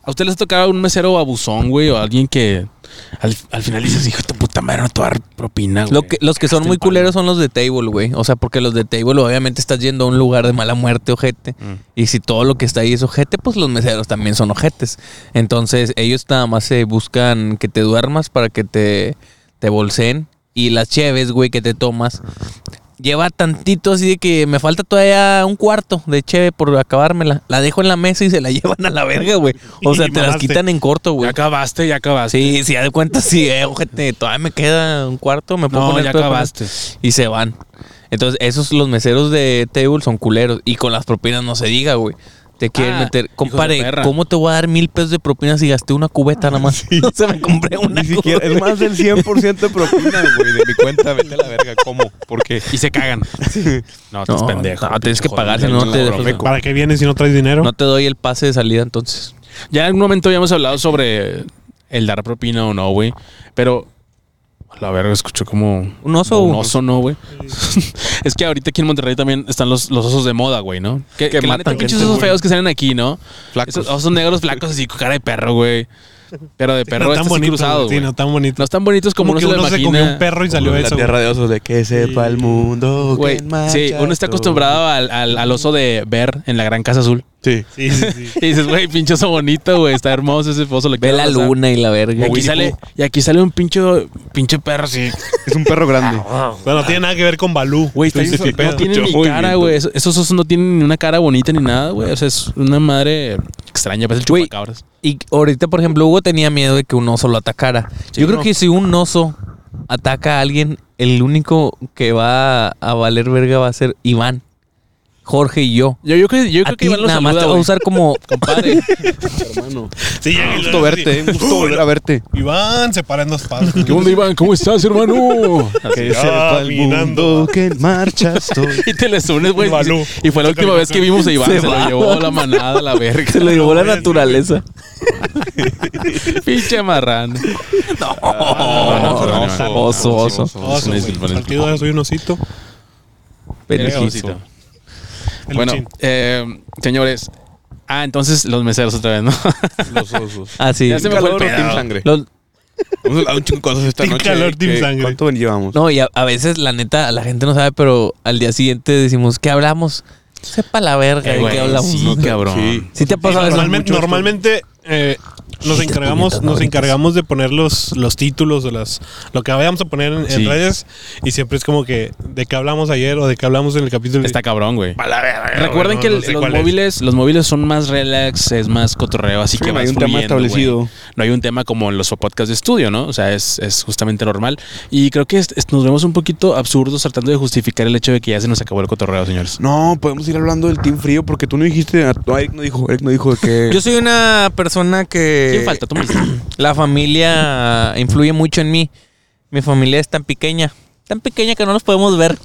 [SPEAKER 1] usted les tocaba un mesero abusón, güey, o alguien que al, al final dices, hijo de tu puta madre, no te va a dar propina, güey.
[SPEAKER 3] Lo que, los que son
[SPEAKER 1] Hazte
[SPEAKER 3] muy
[SPEAKER 1] el palo.
[SPEAKER 3] culeros son los de table, güey. O sea, porque los de table, obviamente, estás yendo a un lugar de mala muerte, ojete.
[SPEAKER 1] Mm.
[SPEAKER 3] Y si todo lo que está ahí es ojete, pues los meseros también son ojetes. Entonces, ellos nada más se buscan que te duermas para que te, te bolseen. Y las cheves, güey, que te tomas. Lleva tantito así de que me falta todavía un cuarto de cheve por acabármela. La dejo en la mesa y se la llevan a la verga, güey. O sea,
[SPEAKER 4] Y
[SPEAKER 3] te las
[SPEAKER 4] mamaste.
[SPEAKER 3] quitan en corto,
[SPEAKER 1] Ya
[SPEAKER 3] güey.
[SPEAKER 1] acabaste, ya acabaste.
[SPEAKER 3] Sí, si ya de cuenta, sí, eh, ojete, todavía me queda un cuarto, me puedo
[SPEAKER 1] No,
[SPEAKER 3] poner
[SPEAKER 1] ya
[SPEAKER 3] pedo con
[SPEAKER 1] acabaste.
[SPEAKER 3] esto. Y se van. Entonces, esos, los meseros de table son culeros. Y con las propinas no se diga, güey. Te quieren
[SPEAKER 1] Ah,
[SPEAKER 3] meter.
[SPEAKER 1] hijos de
[SPEAKER 3] Compare,
[SPEAKER 1] perra.
[SPEAKER 3] ¿cómo te voy a dar mil pesos de propinas si gasté una cubeta nada más? No se me compré una
[SPEAKER 2] Ni siquiera,
[SPEAKER 3] cubeta.
[SPEAKER 2] es más del 100% de propina, güey, de mi cuenta. Vete a la verga, ¿cómo? ¿Por qué?
[SPEAKER 1] Y se cagan. No, estás
[SPEAKER 3] No,
[SPEAKER 1] pendejo.
[SPEAKER 3] no, tienes que
[SPEAKER 1] Joder,
[SPEAKER 3] pagarse,
[SPEAKER 1] ya
[SPEAKER 3] no
[SPEAKER 1] la
[SPEAKER 3] te
[SPEAKER 1] broma.
[SPEAKER 3] dejes-
[SPEAKER 4] ¿Para qué vienes si no traes dinero?
[SPEAKER 3] No te doy el pase de salida entonces.
[SPEAKER 1] Ya en algún momento habíamos hablado sobre el dar propina o no, güey. Pero A La verga, escuchó como.
[SPEAKER 3] Un oso,
[SPEAKER 1] Un
[SPEAKER 3] güey.
[SPEAKER 1] oso, no, güey. es que ahorita aquí en Monterrey también están los, los osos de moda, güey, ¿no? Que,
[SPEAKER 3] Que
[SPEAKER 1] que la
[SPEAKER 3] matan
[SPEAKER 1] neta, pinches
[SPEAKER 3] gente,
[SPEAKER 1] osos
[SPEAKER 3] güey.
[SPEAKER 1] feos que salen aquí, ¿no?
[SPEAKER 2] Flacos.
[SPEAKER 1] Esos osos negros flacos así con cara de perro, güey. Pero de perro
[SPEAKER 4] no
[SPEAKER 1] este
[SPEAKER 4] tan
[SPEAKER 1] sí
[SPEAKER 4] bonito.
[SPEAKER 1] cruzado,
[SPEAKER 4] güey.
[SPEAKER 1] güey.
[SPEAKER 4] sí, no tan bonito.
[SPEAKER 1] No están bonitos como,
[SPEAKER 4] como
[SPEAKER 1] unos
[SPEAKER 4] que
[SPEAKER 1] de
[SPEAKER 4] uno se comió
[SPEAKER 1] máquina.
[SPEAKER 4] un perro y salió
[SPEAKER 2] la
[SPEAKER 4] eso. güey.
[SPEAKER 2] tierra de osos de que sepa el mundo. que
[SPEAKER 1] Güey,
[SPEAKER 2] en
[SPEAKER 1] sí, uno está
[SPEAKER 2] Machato.
[SPEAKER 1] acostumbrado al, al- al oso de ver en la Gran Casa Azul.
[SPEAKER 2] Sí.
[SPEAKER 4] Sí, sí, sí.
[SPEAKER 1] Y dices, güey, pinche oso bonito, güey, está hermoso ese oso. le
[SPEAKER 3] Ve
[SPEAKER 1] quiero
[SPEAKER 3] la
[SPEAKER 1] abrazar".
[SPEAKER 3] luna y la
[SPEAKER 1] Y
[SPEAKER 3] verga.
[SPEAKER 1] aquí, sale, y aquí sale un pinche, pinche perro así.
[SPEAKER 2] Es un perro grande.
[SPEAKER 4] Bueno, no tiene nada que ver con Balú.
[SPEAKER 1] Güey, está
[SPEAKER 4] Sí,
[SPEAKER 1] bien
[SPEAKER 4] sí, sí,
[SPEAKER 1] sor- no
[SPEAKER 4] pedo.
[SPEAKER 1] tienen ni
[SPEAKER 2] Mucho
[SPEAKER 1] cara,
[SPEAKER 2] movimiento.
[SPEAKER 1] güey. Esos esos osos no tienen ni una cara bonita ni nada, güey. O sea, es una madre extraña, parece el
[SPEAKER 3] Güey.
[SPEAKER 1] chupacabras.
[SPEAKER 3] Y ahorita, por ejemplo, Hugo tenía miedo de que un oso lo atacara.
[SPEAKER 1] Sí,
[SPEAKER 3] Yo creo
[SPEAKER 1] no.
[SPEAKER 3] que si un oso ataca a alguien, el único que va a valer verga va a ser Iván, Jorge y yo.
[SPEAKER 1] Yo, yo, creo- yo
[SPEAKER 3] a
[SPEAKER 1] creo que
[SPEAKER 3] ti
[SPEAKER 1] Iván lo
[SPEAKER 3] nada más
[SPEAKER 1] saluda,
[SPEAKER 3] te va a
[SPEAKER 1] güey.
[SPEAKER 3] usar como...
[SPEAKER 1] Compadre.
[SPEAKER 4] Sí, ya
[SPEAKER 2] Un
[SPEAKER 4] que
[SPEAKER 2] gusto
[SPEAKER 4] lo-
[SPEAKER 2] verte, un gusto volver a verte.
[SPEAKER 4] Iván se para en dos pasos.
[SPEAKER 1] Iván? ¿Cómo estás, hermano?
[SPEAKER 2] Que sepa el
[SPEAKER 4] ah, Caminando.
[SPEAKER 2] mundo que en marcha estoy.
[SPEAKER 1] Y te les unes, güey.
[SPEAKER 4] Balú.
[SPEAKER 1] Y fue la última vez que vimos a Iván.
[SPEAKER 3] Se
[SPEAKER 1] Se, lo
[SPEAKER 3] va.
[SPEAKER 1] llevó la manada, la verga.
[SPEAKER 3] Se lo llevó la
[SPEAKER 4] voy a decir.
[SPEAKER 3] naturaleza.
[SPEAKER 1] Pinche marrano.
[SPEAKER 3] no, no, oso, oso.
[SPEAKER 4] Oso,
[SPEAKER 1] Es un-
[SPEAKER 4] Ah, güey.
[SPEAKER 1] es un-
[SPEAKER 4] Partido de soy un osito.
[SPEAKER 3] Pendejito.
[SPEAKER 1] Pendejito.
[SPEAKER 4] El
[SPEAKER 1] Bueno,
[SPEAKER 4] luchín.
[SPEAKER 1] eh, señores. Ah, entonces los meseros otra vez, ¿no?
[SPEAKER 2] Los osos.
[SPEAKER 3] Ah, sí.
[SPEAKER 1] Ya se me fue el
[SPEAKER 2] Calor o Team
[SPEAKER 1] pedo.
[SPEAKER 2] Sangre.
[SPEAKER 3] Los-
[SPEAKER 2] Vamos a hablar de un chingo de cosas esta
[SPEAKER 4] Team
[SPEAKER 2] noche.
[SPEAKER 4] calor,
[SPEAKER 2] ¿eh?
[SPEAKER 4] team
[SPEAKER 2] ¿Qué-
[SPEAKER 4] sangre.
[SPEAKER 2] ¿Cuánto llevamos?
[SPEAKER 3] No, y a, a veces, la neta, la gente no sabe, pero al día siguiente decimos, ¿qué hablamos? Sepa la verga
[SPEAKER 1] Eh,
[SPEAKER 3] de
[SPEAKER 1] güey,
[SPEAKER 3] qué hablamos.
[SPEAKER 1] sí, cabrón.
[SPEAKER 2] Sí.
[SPEAKER 3] Sí te ha
[SPEAKER 4] Sí,
[SPEAKER 3] pasado eso.
[SPEAKER 4] normalmente normalmente eh, nos
[SPEAKER 3] Shit,
[SPEAKER 4] encargamos,
[SPEAKER 3] puñetas,
[SPEAKER 4] nos
[SPEAKER 3] ahorita.
[SPEAKER 4] encargamos de poner los, los títulos o las lo que vayamos a poner en, en
[SPEAKER 1] Sí.
[SPEAKER 4] redes y siempre es como que de qué hablamos ayer o de qué hablamos en el capítulo.
[SPEAKER 1] Está cabrón, güey.
[SPEAKER 4] Pa' la verga,
[SPEAKER 1] Recuerden
[SPEAKER 4] güey,
[SPEAKER 1] que
[SPEAKER 4] no-
[SPEAKER 1] el-
[SPEAKER 4] no sé
[SPEAKER 1] los
[SPEAKER 4] cuál es.
[SPEAKER 1] móviles, los móviles son más relax, es más cotorreo, así
[SPEAKER 2] Sí,
[SPEAKER 1] que
[SPEAKER 2] no
[SPEAKER 1] vas
[SPEAKER 2] hay un tema
[SPEAKER 1] fluyendo,
[SPEAKER 2] establecido.
[SPEAKER 1] güey. No hay un tema como en los podcasts de estudio, ¿no? O sea, es, es justamente normal. Y creo que es- es- nos vemos un poquito absurdos tratando de justificar el hecho de que ya se nos acabó el cotorreo, señores.
[SPEAKER 2] No, podemos ir hablando del Team Frío porque tú no dijiste. ah, No, Eric no dijo, Eric no dijo de que.
[SPEAKER 3] Yo soy una persona
[SPEAKER 2] Eh,
[SPEAKER 3] que...
[SPEAKER 1] ¿Quién falta? Tú me dices.
[SPEAKER 3] La familia influye mucho en mí. Mi familia es tan pequeña. Tan pequeña que no nos podemos ver.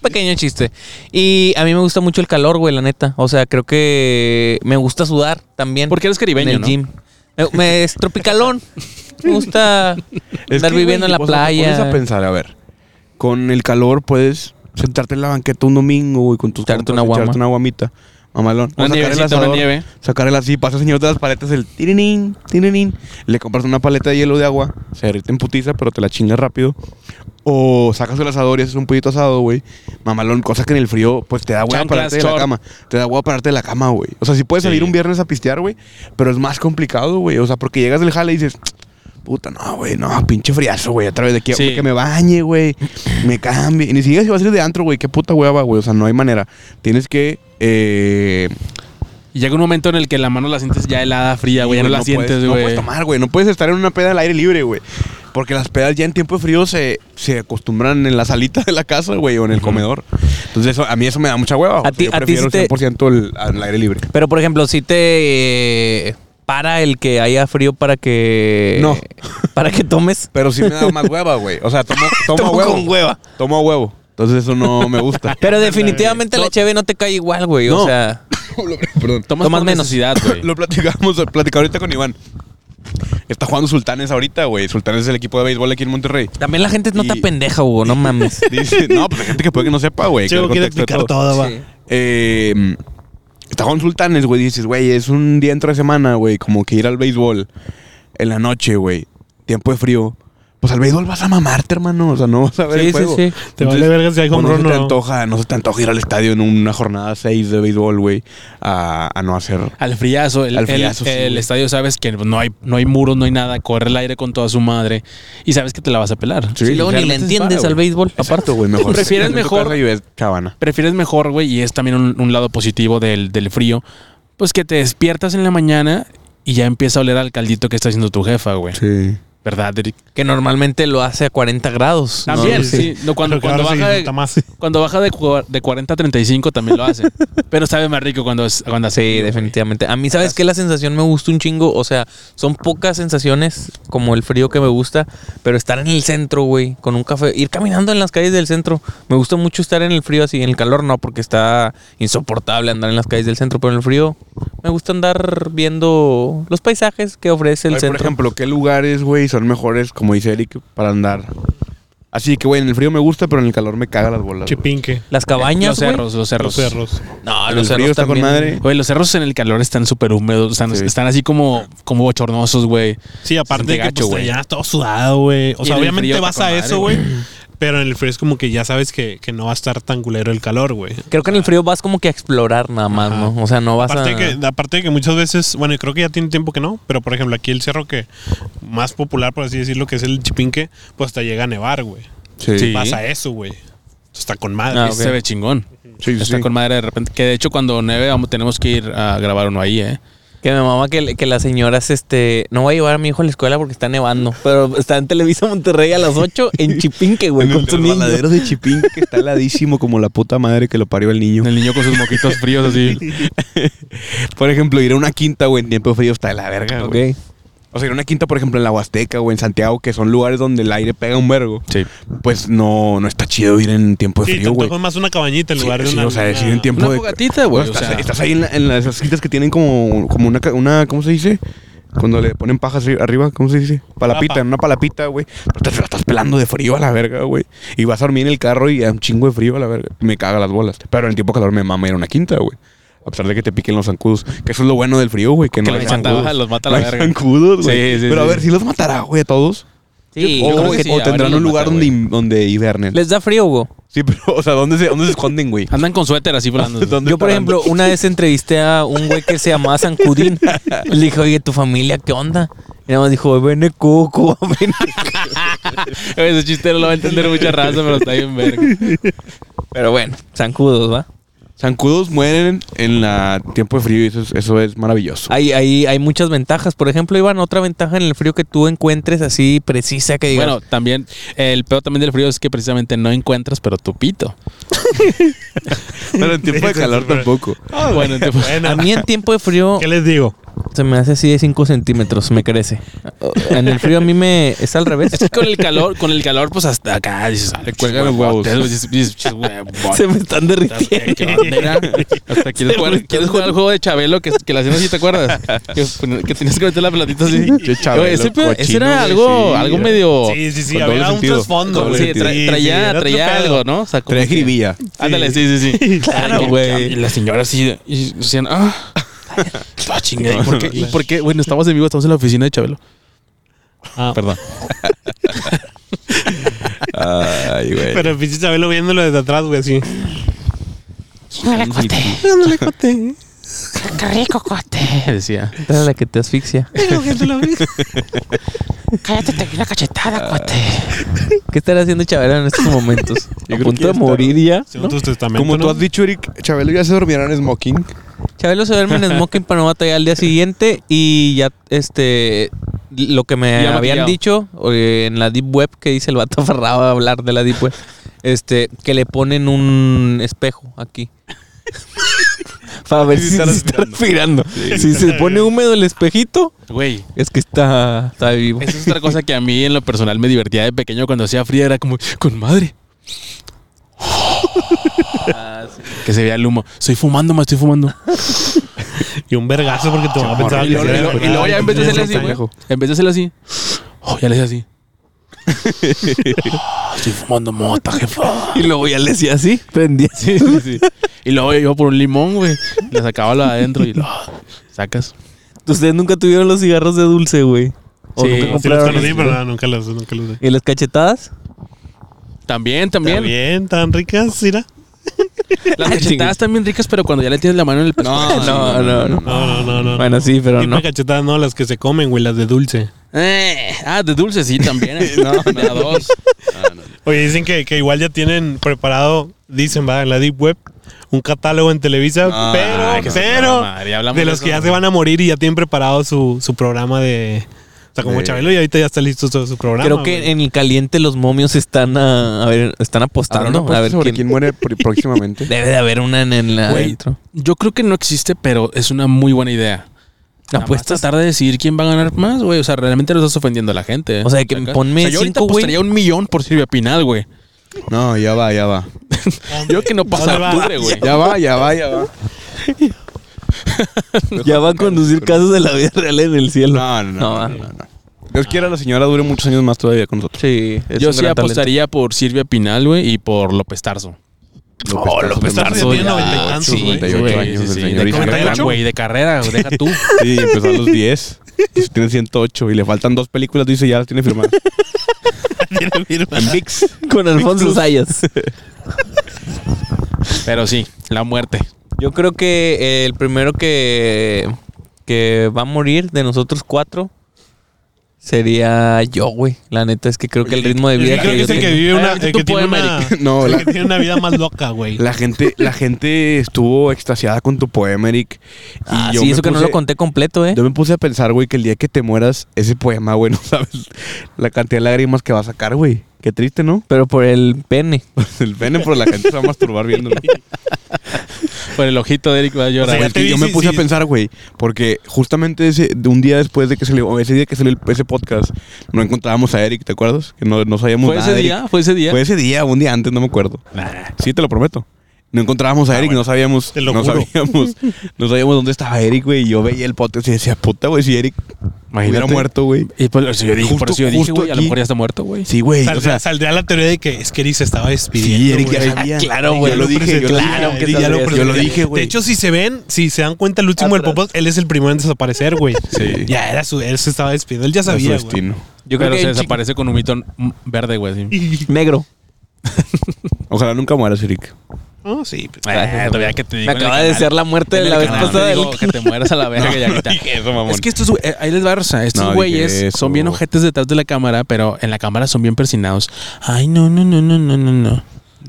[SPEAKER 3] Pequeño chiste. Y a mí me gusta mucho el calor, güey, la neta. O sea, creo que me gusta sudar también.
[SPEAKER 1] Porque eres
[SPEAKER 3] en
[SPEAKER 1] caribeño,
[SPEAKER 3] el
[SPEAKER 1] ¿no?
[SPEAKER 3] gym. Me, me- es tropicalón. Me gusta
[SPEAKER 2] Es
[SPEAKER 3] andar
[SPEAKER 2] que,
[SPEAKER 3] viviendo en
[SPEAKER 2] güey, o
[SPEAKER 3] la
[SPEAKER 2] sea, te pones a
[SPEAKER 3] playa.
[SPEAKER 2] pensar, a ver. Con el calor puedes sentarte en la banqueta un domingo, güey, con tus
[SPEAKER 3] Echarte
[SPEAKER 2] compas,
[SPEAKER 3] una guama.
[SPEAKER 2] echarte una guamita. Mamalón. O
[SPEAKER 1] Una nievecita, una
[SPEAKER 2] asador,
[SPEAKER 1] nieve.
[SPEAKER 2] Sacar el así, pasas señor de las paletas, el tirinín, tirinín. Le compras una paleta de hielo de agua, se derrite en putiza, pero te la chingas rápido. O sacas el asador y haces un pollito asado, güey. Mamalón, cosa que en el frío, pues te da hueva
[SPEAKER 1] Chanclas,
[SPEAKER 2] pararte de la
[SPEAKER 1] short.
[SPEAKER 2] cama. Te da hueva pararte de la cama, güey. O sea, sí puedes salir
[SPEAKER 1] Sí.
[SPEAKER 2] un viernes a pistear, güey, pero es más complicado, güey. O sea, porque llegas del jale y dices, Puta, no, güey, no, pinche friazo, güey. Otra vez de aquí,
[SPEAKER 1] Sí.
[SPEAKER 2] que me bañe, güey, me cambie. Y ni siquiera si vas a ir de antro, güey, qué puta hueva, güey. O sea, no hay manera. Tienes que. Eh,
[SPEAKER 1] Y llega un momento en el que la mano la sientes ya helada, fría, güey. Ya no la
[SPEAKER 2] puedes-
[SPEAKER 1] sientes,
[SPEAKER 2] No
[SPEAKER 1] güey.
[SPEAKER 2] puedes tomar, güey. No puedes estar en una peda al aire libre, güey. Porque las pedas ya en tiempo de frío se, se acostumbran en la salita de la casa, güey, o en el comedor. Entonces, eso- a mí eso me da mucha hueva.
[SPEAKER 3] A ti-
[SPEAKER 2] yo
[SPEAKER 3] a ti
[SPEAKER 2] prefiero
[SPEAKER 3] sí te-
[SPEAKER 2] 100% el, al aire libre.
[SPEAKER 3] Pero, por ejemplo, si te eh, para el que haya frío para que...
[SPEAKER 2] No.
[SPEAKER 3] Para que tomes...
[SPEAKER 2] Pero sí me da más hueva, güey. O sea, tomo, tomo,
[SPEAKER 3] Tomo
[SPEAKER 2] a huevo.
[SPEAKER 3] con hueva.
[SPEAKER 2] Tomo a huevo. Entonces, eso no me gusta.
[SPEAKER 3] Pero definitivamente la cheve no te cae igual, güey. O
[SPEAKER 2] No.
[SPEAKER 3] sea...
[SPEAKER 2] Perdón.
[SPEAKER 1] Tomas,
[SPEAKER 3] Tomas
[SPEAKER 1] por
[SPEAKER 3] menos.
[SPEAKER 1] necesidad, güey.
[SPEAKER 2] Lo platicamos, platicaba ahorita con Iván. Está jugando Sultanes ahorita, güey. Sultanes es el equipo de béisbol aquí en Monterrey.
[SPEAKER 3] También la gente no está
[SPEAKER 2] Y-
[SPEAKER 3] pendeja, Hugo, no mames.
[SPEAKER 2] Dice, no, pues hay gente que puede que no sepa, güey. que
[SPEAKER 4] Chico
[SPEAKER 2] el
[SPEAKER 4] quiere
[SPEAKER 2] contexto de
[SPEAKER 4] explicar
[SPEAKER 2] todo.
[SPEAKER 4] todo, va.
[SPEAKER 3] Sí.
[SPEAKER 2] Eh, mm, está con Sultanes, güey. Dices, güey, es un día entre semana, güey. Como que ir al béisbol en la noche, güey. Tiempo de frío. Pues al béisbol vas a mamarte, hermano. O sea, no vas a ver
[SPEAKER 3] Sí,
[SPEAKER 2] el
[SPEAKER 3] sí,
[SPEAKER 2] juego.
[SPEAKER 3] sí.
[SPEAKER 4] Te vale verga si hay
[SPEAKER 2] pues,
[SPEAKER 4] home
[SPEAKER 2] no
[SPEAKER 4] run
[SPEAKER 2] se te
[SPEAKER 4] o no.
[SPEAKER 2] antoja, no se te antoja ir al estadio en una jornada 6 de béisbol, güey. A, a no hacer.
[SPEAKER 1] Al friazo, el,
[SPEAKER 2] Al
[SPEAKER 1] el-
[SPEAKER 2] friazo, sí,
[SPEAKER 1] el
[SPEAKER 2] güey.
[SPEAKER 1] estadio sabes que no hay, no hay muros, no hay nada, corre el aire con toda su madre y sabes que te la vas a pelar.
[SPEAKER 3] Sí, luego ni le
[SPEAKER 2] realmente se
[SPEAKER 3] entiendes
[SPEAKER 2] para,
[SPEAKER 3] al
[SPEAKER 2] güey.
[SPEAKER 3] béisbol.
[SPEAKER 2] Exacto, güey, mejor.
[SPEAKER 1] Prefieres
[SPEAKER 2] En tu
[SPEAKER 1] mejor-
[SPEAKER 2] casa y ves Chavana.
[SPEAKER 1] Prefieres mejor, güey, y es también un, un lado positivo del, del frío, pues que te despiertas en la mañana y ya empieza a oler al caldito que está haciendo tu jefa, güey.
[SPEAKER 2] Sí.
[SPEAKER 1] ¿Verdad, Eric?
[SPEAKER 3] Que normalmente lo hace a 40 grados. ¿no?
[SPEAKER 1] También,
[SPEAKER 4] no,
[SPEAKER 1] sí.
[SPEAKER 4] sí.
[SPEAKER 1] No, cuando,
[SPEAKER 4] Creo que
[SPEAKER 1] cuando
[SPEAKER 4] ahora sí
[SPEAKER 1] baja de,
[SPEAKER 4] disfruta más.
[SPEAKER 1] cuando baja de, cua- de 40 a 35 también lo hace. Pero sabe más rico cuando, es- cuando hace
[SPEAKER 3] Sí,
[SPEAKER 1] frío, güey.
[SPEAKER 3] definitivamente. A mí, ¿sabes qué? La sensación me gusta un chingo. O sea, son pocas sensaciones como el frío que me gusta, pero estar en el centro, güey, con un café, ir caminando en las calles del centro. Me gusta mucho estar en el frío así, en el calor no, porque está insoportable andar en las calles del centro, pero en el frío me gusta andar viendo los paisajes que ofrece el
[SPEAKER 2] Ay,
[SPEAKER 3] centro.
[SPEAKER 2] Por ejemplo, ¿qué lugares, güey, y son mejores, como dice Eric, para andar. Así que, güey, en el frío me gusta, pero en el calor me caga las bolas. güey.
[SPEAKER 4] Chipinque.
[SPEAKER 3] Las cabañas,
[SPEAKER 1] Los
[SPEAKER 3] güey.
[SPEAKER 1] cerros, los
[SPEAKER 4] Los
[SPEAKER 1] cerros.
[SPEAKER 4] cerros.
[SPEAKER 3] No,
[SPEAKER 2] En
[SPEAKER 3] los
[SPEAKER 2] el frío
[SPEAKER 3] cerros
[SPEAKER 2] está con
[SPEAKER 3] también.
[SPEAKER 2] madre.
[SPEAKER 1] Güey, los cerros en el calor están súper húmedos, están,
[SPEAKER 2] Sí.
[SPEAKER 1] están así como, como bochornosos, güey.
[SPEAKER 4] Sí, aparte
[SPEAKER 1] Siente
[SPEAKER 4] de que
[SPEAKER 1] gacho,
[SPEAKER 4] pues,
[SPEAKER 1] güey.
[SPEAKER 4] ya todo sudado, güey. O
[SPEAKER 1] Y en
[SPEAKER 4] sea,
[SPEAKER 1] el
[SPEAKER 4] obviamente
[SPEAKER 1] frío
[SPEAKER 4] vas
[SPEAKER 1] está
[SPEAKER 4] a
[SPEAKER 1] con
[SPEAKER 4] eso,
[SPEAKER 1] madre,
[SPEAKER 4] güey. Pero en el frío es como que ya sabes que, que no va a estar tan culero el calor, güey.
[SPEAKER 3] Creo que en el frío vas como que a explorar nada más,
[SPEAKER 4] Ajá.
[SPEAKER 3] ¿no? O sea, no vas
[SPEAKER 4] Aparte,
[SPEAKER 3] a.
[SPEAKER 4] de que, aparte de que muchas veces, bueno, y creo que ya tiene tiempo que no, pero por ejemplo aquí el cerro que más popular, por así decirlo, que es el Chipinque, pues hasta llega a nevar, güey.
[SPEAKER 2] Sí,
[SPEAKER 1] Sí.
[SPEAKER 2] sí,
[SPEAKER 4] Pasa eso, güey. Está con madre.
[SPEAKER 3] Ah, ok.
[SPEAKER 1] Se ve chingón.
[SPEAKER 2] sí.
[SPEAKER 1] Está
[SPEAKER 2] sí.
[SPEAKER 1] con madre de repente. Que de hecho, cuando neve, vamos, tenemos que ir a grabar uno ahí, ¿eh?
[SPEAKER 3] Que mi mamá, que, que las señoras, este, no voy a llevar a mi hijo a la escuela porque está nevando. Pero está en Televisa Monterrey a las 8 en Chipinque, güey,
[SPEAKER 2] En
[SPEAKER 3] con
[SPEAKER 2] el
[SPEAKER 3] su niño.
[SPEAKER 2] resbaladero de Chipín que está heladísimo como la puta madre que lo parió el niño.
[SPEAKER 1] El niño con sus moquitos fríos así.
[SPEAKER 2] Por ejemplo, ir a una quinta, güey, en tiempo frío está de la verga, güey.
[SPEAKER 3] Ok.
[SPEAKER 2] O sea, ir a una quinta, por ejemplo, en la Huasteca o en Santiago, que son lugares donde el aire pega un vergo.
[SPEAKER 1] Sí.
[SPEAKER 2] Pues no, no está chido ir en tiempo de
[SPEAKER 4] Sí,
[SPEAKER 2] frío,
[SPEAKER 4] te
[SPEAKER 2] güey.
[SPEAKER 4] antojas más una cabañita en
[SPEAKER 2] Sí,
[SPEAKER 4] lugar de
[SPEAKER 2] sí,
[SPEAKER 4] una.
[SPEAKER 2] o sea, decir en
[SPEAKER 4] una-
[SPEAKER 2] tiempo
[SPEAKER 1] Una
[SPEAKER 2] de...
[SPEAKER 1] fogatita, güey,
[SPEAKER 2] No,
[SPEAKER 1] o
[SPEAKER 2] estás,
[SPEAKER 1] sea.
[SPEAKER 2] estás ahí en, la- en las esas quintas que tienen como, como una, ca- una... ¿Cómo se dice? Cuando le ponen paja así arriba, ¿cómo se dice? Palapita,
[SPEAKER 4] Papa.
[SPEAKER 2] en una palapita, güey. Pero te la estás pelando de frío a la verga, güey. Y vas a dormir en el carro y a un chingo de frío a la verga. Me caga las bolas. Pero en el tiempo de calor me mama ir a una quinta, güey. A pesar de que te piquen los zancudos. Que eso es lo bueno del frío, güey. Que, no
[SPEAKER 1] los
[SPEAKER 2] hay
[SPEAKER 1] mata-
[SPEAKER 2] zancudos.
[SPEAKER 1] los mata a
[SPEAKER 2] No
[SPEAKER 1] la
[SPEAKER 2] hay
[SPEAKER 1] verga.
[SPEAKER 2] zancudos, güey.
[SPEAKER 1] Sí, sí,
[SPEAKER 2] Pero a
[SPEAKER 1] sí.
[SPEAKER 2] ver, si los matará, güey, a todos.
[SPEAKER 3] Sí,
[SPEAKER 1] yo
[SPEAKER 2] o,
[SPEAKER 1] creo que sí,
[SPEAKER 2] o
[SPEAKER 1] a varios
[SPEAKER 2] tendrán
[SPEAKER 1] los
[SPEAKER 2] un lugar
[SPEAKER 1] mata,
[SPEAKER 2] donde,
[SPEAKER 1] güey.
[SPEAKER 2] in- donde hibernen.
[SPEAKER 3] les da frío, güey.
[SPEAKER 2] Sí, pero, o sea, ¿dónde se, dónde se esconden, güey?
[SPEAKER 1] Andan con suéter así volando.
[SPEAKER 2] ¿Dónde
[SPEAKER 3] Yo, por
[SPEAKER 2] estarán?
[SPEAKER 3] ejemplo, una vez entrevisté a un güey que se llamaba Sancudín. Le dije, oye, ¿tu familia qué onda? Y nada más dijo, vene coco, vene
[SPEAKER 1] Ese chiste no lo va a entender mucha raza, pero está bien verga.
[SPEAKER 3] Pero bueno, zancudos, ¿va?
[SPEAKER 2] Zancudos mueren en la tiempo de frío y eso es, eso es maravilloso.
[SPEAKER 3] Hay, hay, hay muchas ventajas. Por ejemplo, Iván, otra ventaja en el frío que tú encuentres así precisa que digas.
[SPEAKER 1] Bueno, también, el peor también del frío es que precisamente no encuentras, pero tu pito.
[SPEAKER 2] Pero en tiempo de calor tampoco.
[SPEAKER 1] Ah, bueno, entonces-
[SPEAKER 4] Bueno,
[SPEAKER 3] a mí en tiempo de frío
[SPEAKER 4] ¿qué les digo?
[SPEAKER 3] se me hace así de 5 centímetros, me crece. En el frío a mí me es al revés.
[SPEAKER 1] Es que con el calor, con el calor, pues hasta acá dices, ah,
[SPEAKER 2] Te cuelgan los huevos.
[SPEAKER 1] te- dices, dices, "Chis, huevotes".
[SPEAKER 3] se me están derritiendo.
[SPEAKER 1] ¿Qué onda? Mira, hasta quieres jugar, quieres jugar al juego de Chabelo que, que la hacían así, ¿te acuerdas? Que, pues, que tenías que meter la pelotita así.
[SPEAKER 2] Che, Chabelo,
[SPEAKER 1] Oye, ese, pe- ese
[SPEAKER 2] cochino,
[SPEAKER 1] era
[SPEAKER 2] güey,
[SPEAKER 1] algo,
[SPEAKER 2] sí.
[SPEAKER 1] algo medio.
[SPEAKER 4] Sí, sí, sí.
[SPEAKER 2] con doble
[SPEAKER 4] Había un
[SPEAKER 2] sentido.
[SPEAKER 4] trasfondo,
[SPEAKER 1] como-
[SPEAKER 2] doble
[SPEAKER 4] güey.
[SPEAKER 1] sí,
[SPEAKER 2] sentido.
[SPEAKER 1] tra-
[SPEAKER 4] Sí, sí,
[SPEAKER 1] traía,
[SPEAKER 4] era otro
[SPEAKER 1] traía
[SPEAKER 4] pedo.
[SPEAKER 1] algo, ¿no? O sea, como
[SPEAKER 2] Trae
[SPEAKER 1] que-
[SPEAKER 2] jiribilla.
[SPEAKER 1] Ándale, sí, sí, sí.
[SPEAKER 3] Claro,
[SPEAKER 1] Ay,
[SPEAKER 3] güey.
[SPEAKER 1] Y la señora así, y decían, ah. Ah, chingada. ¿Y por qué? ¿Y por qué? Bueno, estamos en vivo, estamos en la oficina de Chabelo.
[SPEAKER 4] Ah.
[SPEAKER 1] Perdón.
[SPEAKER 2] Ay, güey.
[SPEAKER 4] Pero el pinche Chabelo viéndolo desde atrás, güey, así.
[SPEAKER 5] Dale cote,
[SPEAKER 4] Dándole cote.
[SPEAKER 5] qué rico cote.
[SPEAKER 1] Decía.
[SPEAKER 3] Era la que te asfixia.
[SPEAKER 5] Cállate, te di una cachetada, cote.
[SPEAKER 3] ¿Qué estará haciendo Chabela en estos momentos?
[SPEAKER 2] Yo creo
[SPEAKER 3] A
[SPEAKER 2] que
[SPEAKER 3] punto
[SPEAKER 2] ya
[SPEAKER 3] de
[SPEAKER 2] está.
[SPEAKER 3] morir ya.
[SPEAKER 4] Según tus testamentos.
[SPEAKER 2] Como tú
[SPEAKER 4] ¿no?
[SPEAKER 2] has dicho, Eric, Chabelo ya se dormirán en smoking.
[SPEAKER 3] Chabelo se duerme en smoking para no batallar al día siguiente y ya, este, lo que me
[SPEAKER 1] Ya
[SPEAKER 3] habían
[SPEAKER 1] maquillado.
[SPEAKER 3] dicho eh, en la deep web que dice el vato aferrado a hablar de la deep web, este, que le ponen un espejo aquí. para ver si,
[SPEAKER 2] Sí, está
[SPEAKER 3] se está respirando. Si se pone húmedo el espejito,
[SPEAKER 1] Güey.
[SPEAKER 3] es que está, está vivo.
[SPEAKER 1] Esa es otra cosa que a mí en lo personal me divertía de pequeño cuando hacía frío. Era como, con madre. Que se vea el humo. Estoy fumando, me estoy fumando.
[SPEAKER 4] Y un vergazo porque tu mamá pensaba que
[SPEAKER 2] Y luego-
[SPEAKER 4] era
[SPEAKER 2] y luego-
[SPEAKER 4] verdad.
[SPEAKER 2] y luego ya
[SPEAKER 1] en vez de
[SPEAKER 2] hacerle
[SPEAKER 1] hacerle
[SPEAKER 2] así,
[SPEAKER 1] así,
[SPEAKER 2] güey.
[SPEAKER 1] En vez de hacerle así. Oh, ya le hacía así. "Ah, estoy fumando mota, jefa.
[SPEAKER 3] Y luego ya le decía así, prendía así.
[SPEAKER 1] Sí, sí, sí. Y luego yo iba por un limón, güey. Le sacaba lo de adentro y lo ah, sacas.
[SPEAKER 3] Ustedes nunca tuvieron los cigarros de dulce, güey. O
[SPEAKER 1] Sí,
[SPEAKER 3] nunca
[SPEAKER 1] sí los
[SPEAKER 4] Sí los
[SPEAKER 3] compraron
[SPEAKER 4] conocí,
[SPEAKER 3] esos,
[SPEAKER 4] pero
[SPEAKER 3] güey.
[SPEAKER 4] nada, nunca los, nunca los vi.
[SPEAKER 3] ¿Y las cachetadas?
[SPEAKER 1] También,
[SPEAKER 4] Está
[SPEAKER 1] también.
[SPEAKER 4] bien, tan ricas, mira.
[SPEAKER 1] Las cachetadas están bien ricas, pero cuando ya le tienes la mano en el pescuezo.
[SPEAKER 3] No, no,
[SPEAKER 4] No,
[SPEAKER 3] no.
[SPEAKER 4] no, no, no.
[SPEAKER 3] Bueno, sí, pero
[SPEAKER 4] Tipo
[SPEAKER 3] no.
[SPEAKER 4] de cachetadas, no, las que se comen, güey, las de dulce.
[SPEAKER 1] Eh, ah, de dulce sí también. no, me da dos.
[SPEAKER 4] Oye, dicen que, que igual ya tienen preparado, dicen, va, en la Deep Web, un catálogo en Televisa,
[SPEAKER 2] Ah, ay, que
[SPEAKER 4] pero,
[SPEAKER 2] se
[SPEAKER 4] pero,
[SPEAKER 1] madre, hablamos
[SPEAKER 4] de
[SPEAKER 1] de
[SPEAKER 4] los
[SPEAKER 1] eso,
[SPEAKER 4] que ya
[SPEAKER 1] ¿no?
[SPEAKER 4] se van a morir y ya tienen preparado su, su programa de... O sea, como
[SPEAKER 2] De-
[SPEAKER 4] Chabelo, y ahorita ya está listo todo su programa.
[SPEAKER 3] Creo que
[SPEAKER 4] güey.
[SPEAKER 3] en el caliente los momios están a, a ver, están apostando.
[SPEAKER 2] Habrá una
[SPEAKER 3] a ver
[SPEAKER 2] apuesta sobre
[SPEAKER 3] quién,
[SPEAKER 2] quién muere pr- próximamente.
[SPEAKER 3] Debe de haber una en, en la
[SPEAKER 1] Güey,
[SPEAKER 3] intro.
[SPEAKER 1] Yo creo que no existe, pero es una muy buena idea. Nada más
[SPEAKER 3] Apuestas.
[SPEAKER 1] tratar de decidir quién va a ganar más, güey. O sea, realmente lo estás ofendiendo a la gente. eh.
[SPEAKER 3] O sea, que
[SPEAKER 1] ¿Sacas?
[SPEAKER 3] ponme
[SPEAKER 1] O sea, yo ahorita
[SPEAKER 3] cinco, güey.
[SPEAKER 1] apostaría un millón por Silvia Pinal, güey.
[SPEAKER 2] No, ya va, ya va.
[SPEAKER 1] Yo creo que no pasa
[SPEAKER 4] ¿Dónde va?
[SPEAKER 1] octubre, güey.
[SPEAKER 2] Ya va, ya va, ya va.
[SPEAKER 3] Ya va a conducir casos de la vida real en el cielo.
[SPEAKER 2] No, no, no.
[SPEAKER 3] No,
[SPEAKER 2] no, no, no. Dios quiera la señora dure muchos años más todavía con nosotros.
[SPEAKER 3] Sí, es
[SPEAKER 1] Yo
[SPEAKER 3] un
[SPEAKER 1] sí
[SPEAKER 3] gran talento.
[SPEAKER 1] apostaría por Silvia Pinal, güey, y por López Tarso.
[SPEAKER 2] Oh, López
[SPEAKER 4] Tarso
[SPEAKER 2] Tarso
[SPEAKER 4] tiene
[SPEAKER 2] ya.
[SPEAKER 4] 90
[SPEAKER 2] ah,
[SPEAKER 4] y tantos,
[SPEAKER 2] Sí,
[SPEAKER 4] güey.
[SPEAKER 2] 98
[SPEAKER 1] güey,
[SPEAKER 2] años,
[SPEAKER 1] sí,
[SPEAKER 2] el
[SPEAKER 1] sí,
[SPEAKER 2] señor
[SPEAKER 1] de
[SPEAKER 2] Isaac
[SPEAKER 1] carrera,
[SPEAKER 2] Asimov.
[SPEAKER 1] güey, de carrera, güey, deja tú.
[SPEAKER 2] Sí, empezó a los 10. Y si tiene 108 y le faltan dos películas, dice ya las tiene firmadas. En VIX.
[SPEAKER 3] Con Alfonso Sayas.
[SPEAKER 1] Pero sí, la muerte.
[SPEAKER 3] Yo creo que eh, el primero que, que va a morir de nosotros cuatro sería yo, güey. La neta es que creo que el ritmo de vida
[SPEAKER 4] Yo creo que
[SPEAKER 3] yo
[SPEAKER 4] es el que
[SPEAKER 3] tengo-
[SPEAKER 4] vive una.
[SPEAKER 3] Ah,
[SPEAKER 4] El
[SPEAKER 3] tú
[SPEAKER 4] que tiene
[SPEAKER 3] puedes,
[SPEAKER 4] una,
[SPEAKER 3] Eric.
[SPEAKER 2] No,
[SPEAKER 4] el
[SPEAKER 2] la-
[SPEAKER 4] que tiene una vida más loca, güey.
[SPEAKER 2] La gente, la gente estuvo extasiada con tu poema, Eric. Y
[SPEAKER 3] Ah,
[SPEAKER 2] yo
[SPEAKER 3] sí,
[SPEAKER 2] me
[SPEAKER 3] eso que no
[SPEAKER 2] puse-
[SPEAKER 3] lo conté completo, ¿eh?
[SPEAKER 2] Yo me puse a pensar, güey, que el día que te mueras, ese poema, güey, no sabes la cantidad de lágrimas que va a sacar, güey. Qué triste, ¿no?
[SPEAKER 3] Pero por el pene.
[SPEAKER 2] El pene por la gente se va a masturbar viéndolo.
[SPEAKER 1] Por el ojito de Eric va a llorar.
[SPEAKER 4] O sea,
[SPEAKER 2] Güey,
[SPEAKER 4] ya te
[SPEAKER 2] que
[SPEAKER 4] vi,
[SPEAKER 2] yo me
[SPEAKER 4] sí,
[SPEAKER 2] puse
[SPEAKER 4] sí.
[SPEAKER 2] a pensar, güey, porque justamente ese, de un día después de que salió, o ese día que salió el- ese podcast, no encontrábamos a Eric, ¿te acuerdas? Que no, no sabíamos
[SPEAKER 1] ¿Fue
[SPEAKER 2] nada
[SPEAKER 1] ese
[SPEAKER 2] de
[SPEAKER 1] día?
[SPEAKER 2] Eric.
[SPEAKER 1] ¿Fue ese día?
[SPEAKER 2] Fue ese día, un día antes, no me acuerdo. Sí, te lo prometo. No encontrábamos a Eric, no sabíamos,
[SPEAKER 4] te lo
[SPEAKER 2] no
[SPEAKER 4] juro.
[SPEAKER 2] sabíamos, no sabíamos dónde estaba Eric, güey. Y yo veía el podcast y decía, puta, güey, si Eric hubiera muerto, güey.
[SPEAKER 1] Y por eso yo dije,
[SPEAKER 2] Justo-
[SPEAKER 1] por eso yo dije,
[SPEAKER 2] justo
[SPEAKER 1] güey, a lo
[SPEAKER 2] aquí.
[SPEAKER 1] mejor ya está muerto, güey.
[SPEAKER 2] Sí, güey.
[SPEAKER 4] Saldrá,
[SPEAKER 2] O sea,
[SPEAKER 4] saldrá la teoría de que es que Eric se estaba despidiendo.
[SPEAKER 2] sí, Eric
[SPEAKER 4] güey.
[SPEAKER 2] ya sabía.
[SPEAKER 3] Claro,
[SPEAKER 2] Yo
[SPEAKER 3] güey,
[SPEAKER 2] lo dije, yo lo
[SPEAKER 3] claro
[SPEAKER 2] dije,
[SPEAKER 3] que
[SPEAKER 2] Eric ya
[SPEAKER 4] Ya lo
[SPEAKER 2] lo-
[SPEAKER 3] sabía.
[SPEAKER 2] Yo lo
[SPEAKER 4] presenté.
[SPEAKER 2] dije, güey.
[SPEAKER 4] De hecho, si se ven, si se dan cuenta, el último del
[SPEAKER 3] Atrás.
[SPEAKER 4] podcast, él es el primero en desaparecer, güey.
[SPEAKER 2] Sí.
[SPEAKER 4] Ya era su, él se estaba despidiendo, él ya
[SPEAKER 2] Era su
[SPEAKER 4] sabía, güey.
[SPEAKER 2] destino.
[SPEAKER 1] Yo creo
[SPEAKER 3] Pero
[SPEAKER 1] que
[SPEAKER 3] se
[SPEAKER 1] se desaparece con un mito verde, güey.
[SPEAKER 3] Negro.
[SPEAKER 2] Ojalá nunca mueras, Eric.
[SPEAKER 4] Oh, sí. pues.
[SPEAKER 1] que te
[SPEAKER 3] Me acaba de ser la muerte de la vez pasada del
[SPEAKER 1] Que te mueras a la verga ya que te-
[SPEAKER 2] Eso, mamón.
[SPEAKER 1] Es que estos, güey- eh, ahí les va, Rosa. Estos
[SPEAKER 2] No, dije
[SPEAKER 1] güeyes
[SPEAKER 2] eso.
[SPEAKER 1] son bien ojetes detrás de la cámara, pero en la cámara son bien persinados. Ay, no, no, no, no, no, no, no.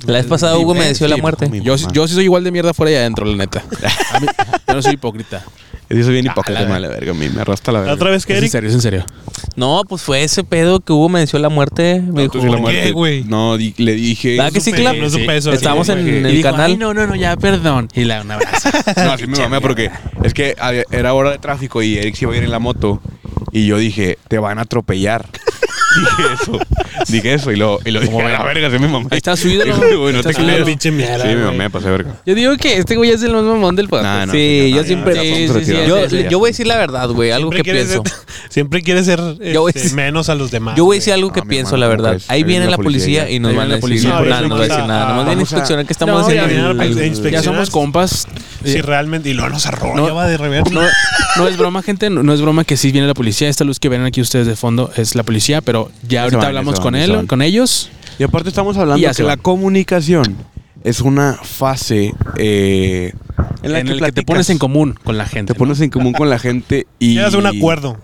[SPEAKER 3] La vez pasada Hugo me deseó la muerte.
[SPEAKER 1] Yo, sí- yo sí soy igual de mierda fuera y adentro, la neta. A mí- yo no soy hipócrita.
[SPEAKER 2] Eso es bien
[SPEAKER 1] Ah,
[SPEAKER 2] hipócrita,
[SPEAKER 1] la
[SPEAKER 2] me vale verga, a mí me arrastra la
[SPEAKER 4] La
[SPEAKER 2] verga.
[SPEAKER 4] otra vez que
[SPEAKER 1] Es en
[SPEAKER 4] Eric.
[SPEAKER 1] serio, es en serio.
[SPEAKER 3] No, pues fue ese pedo que Hugo me deseó la muerte. Me dijo,
[SPEAKER 2] Tú sí la
[SPEAKER 4] ¿Qué,
[SPEAKER 2] muerte.
[SPEAKER 4] güey?
[SPEAKER 2] No, di- le dije.
[SPEAKER 3] ¿Verdad que sí, Clap?
[SPEAKER 4] No es un peso.
[SPEAKER 3] Estábamos
[SPEAKER 4] sí,
[SPEAKER 3] en
[SPEAKER 4] güey.
[SPEAKER 3] el canal.
[SPEAKER 1] no, no, no, ya, perdón. Y la un abrazo.
[SPEAKER 2] No, así me mamé porque es que había- era hora de tráfico y Eric se iba a ir en la moto. Y yo dije, te van a atropellar. dije eso. Dije eso y lo, y lo dije, a la verga, se me mamé.
[SPEAKER 1] Ahí está su ídolo.
[SPEAKER 2] Güey, no
[SPEAKER 1] Está
[SPEAKER 2] te
[SPEAKER 1] su
[SPEAKER 2] creas.
[SPEAKER 1] ídolo.
[SPEAKER 4] Pinche mierda,
[SPEAKER 2] Sí, me
[SPEAKER 4] güey.
[SPEAKER 2] mamé, pasé verga.
[SPEAKER 1] Yo digo que este güey es el más mamón del podcast.
[SPEAKER 2] Nah, no,
[SPEAKER 3] sí,
[SPEAKER 2] no,
[SPEAKER 3] yo
[SPEAKER 2] no,
[SPEAKER 3] siempre.
[SPEAKER 2] ya, ya,
[SPEAKER 1] sí,
[SPEAKER 2] vamos a
[SPEAKER 1] sí,
[SPEAKER 2] retirar.
[SPEAKER 1] sí,
[SPEAKER 3] yo,
[SPEAKER 1] sí,
[SPEAKER 3] yo voy a decir la verdad, güey, algo que
[SPEAKER 4] Siempre quiere
[SPEAKER 3] pienso.
[SPEAKER 4] ser- siempre quiere ser
[SPEAKER 3] Yo voy a
[SPEAKER 4] este,
[SPEAKER 3] decir-
[SPEAKER 4] menos a los demás.
[SPEAKER 3] Yo voy a decir algo
[SPEAKER 2] No,
[SPEAKER 3] que
[SPEAKER 2] mi
[SPEAKER 3] pienso,
[SPEAKER 2] hermano,
[SPEAKER 3] la verdad.
[SPEAKER 2] pues,
[SPEAKER 3] ahí viene la policía,
[SPEAKER 2] ya.
[SPEAKER 3] y
[SPEAKER 1] Ahí
[SPEAKER 3] nos
[SPEAKER 1] viene
[SPEAKER 3] van a
[SPEAKER 1] la
[SPEAKER 3] decir.
[SPEAKER 1] policía,
[SPEAKER 3] No,
[SPEAKER 1] por
[SPEAKER 3] nada,
[SPEAKER 1] eso
[SPEAKER 3] no va a decir
[SPEAKER 4] vamos a-
[SPEAKER 3] nada. Nomás viene a
[SPEAKER 2] vamos a-
[SPEAKER 3] inspeccionar que estamos
[SPEAKER 1] No,
[SPEAKER 3] en
[SPEAKER 1] ya pues,
[SPEAKER 3] el-
[SPEAKER 1] viene
[SPEAKER 4] la
[SPEAKER 3] el-
[SPEAKER 4] policía.
[SPEAKER 1] Ya
[SPEAKER 4] Inspeccionar.
[SPEAKER 1] somos compas.
[SPEAKER 4] Si
[SPEAKER 1] Eh,
[SPEAKER 4] realmente. Y luego nos arroba.
[SPEAKER 1] No.
[SPEAKER 4] ya va de revés.
[SPEAKER 1] No, no es broma, gente. No, no es broma que sí viene la policía. Esta luz que ven aquí ustedes de fondo es la policía, pero ya ahorita
[SPEAKER 2] van,
[SPEAKER 1] hablamos
[SPEAKER 2] se van,
[SPEAKER 1] con
[SPEAKER 2] se
[SPEAKER 1] él,
[SPEAKER 2] van.
[SPEAKER 1] con ellos.
[SPEAKER 2] Y aparte estamos
[SPEAKER 1] Y
[SPEAKER 2] hablando
[SPEAKER 1] ya
[SPEAKER 2] que
[SPEAKER 1] se
[SPEAKER 2] la
[SPEAKER 1] van.
[SPEAKER 2] comunicación es una fase eh,
[SPEAKER 1] En, el que te
[SPEAKER 2] platicas,
[SPEAKER 1] pones en común con la gente.
[SPEAKER 2] Te pones
[SPEAKER 1] ¿no?
[SPEAKER 2] en común con la gente y...
[SPEAKER 4] Llegas a un acuerdo.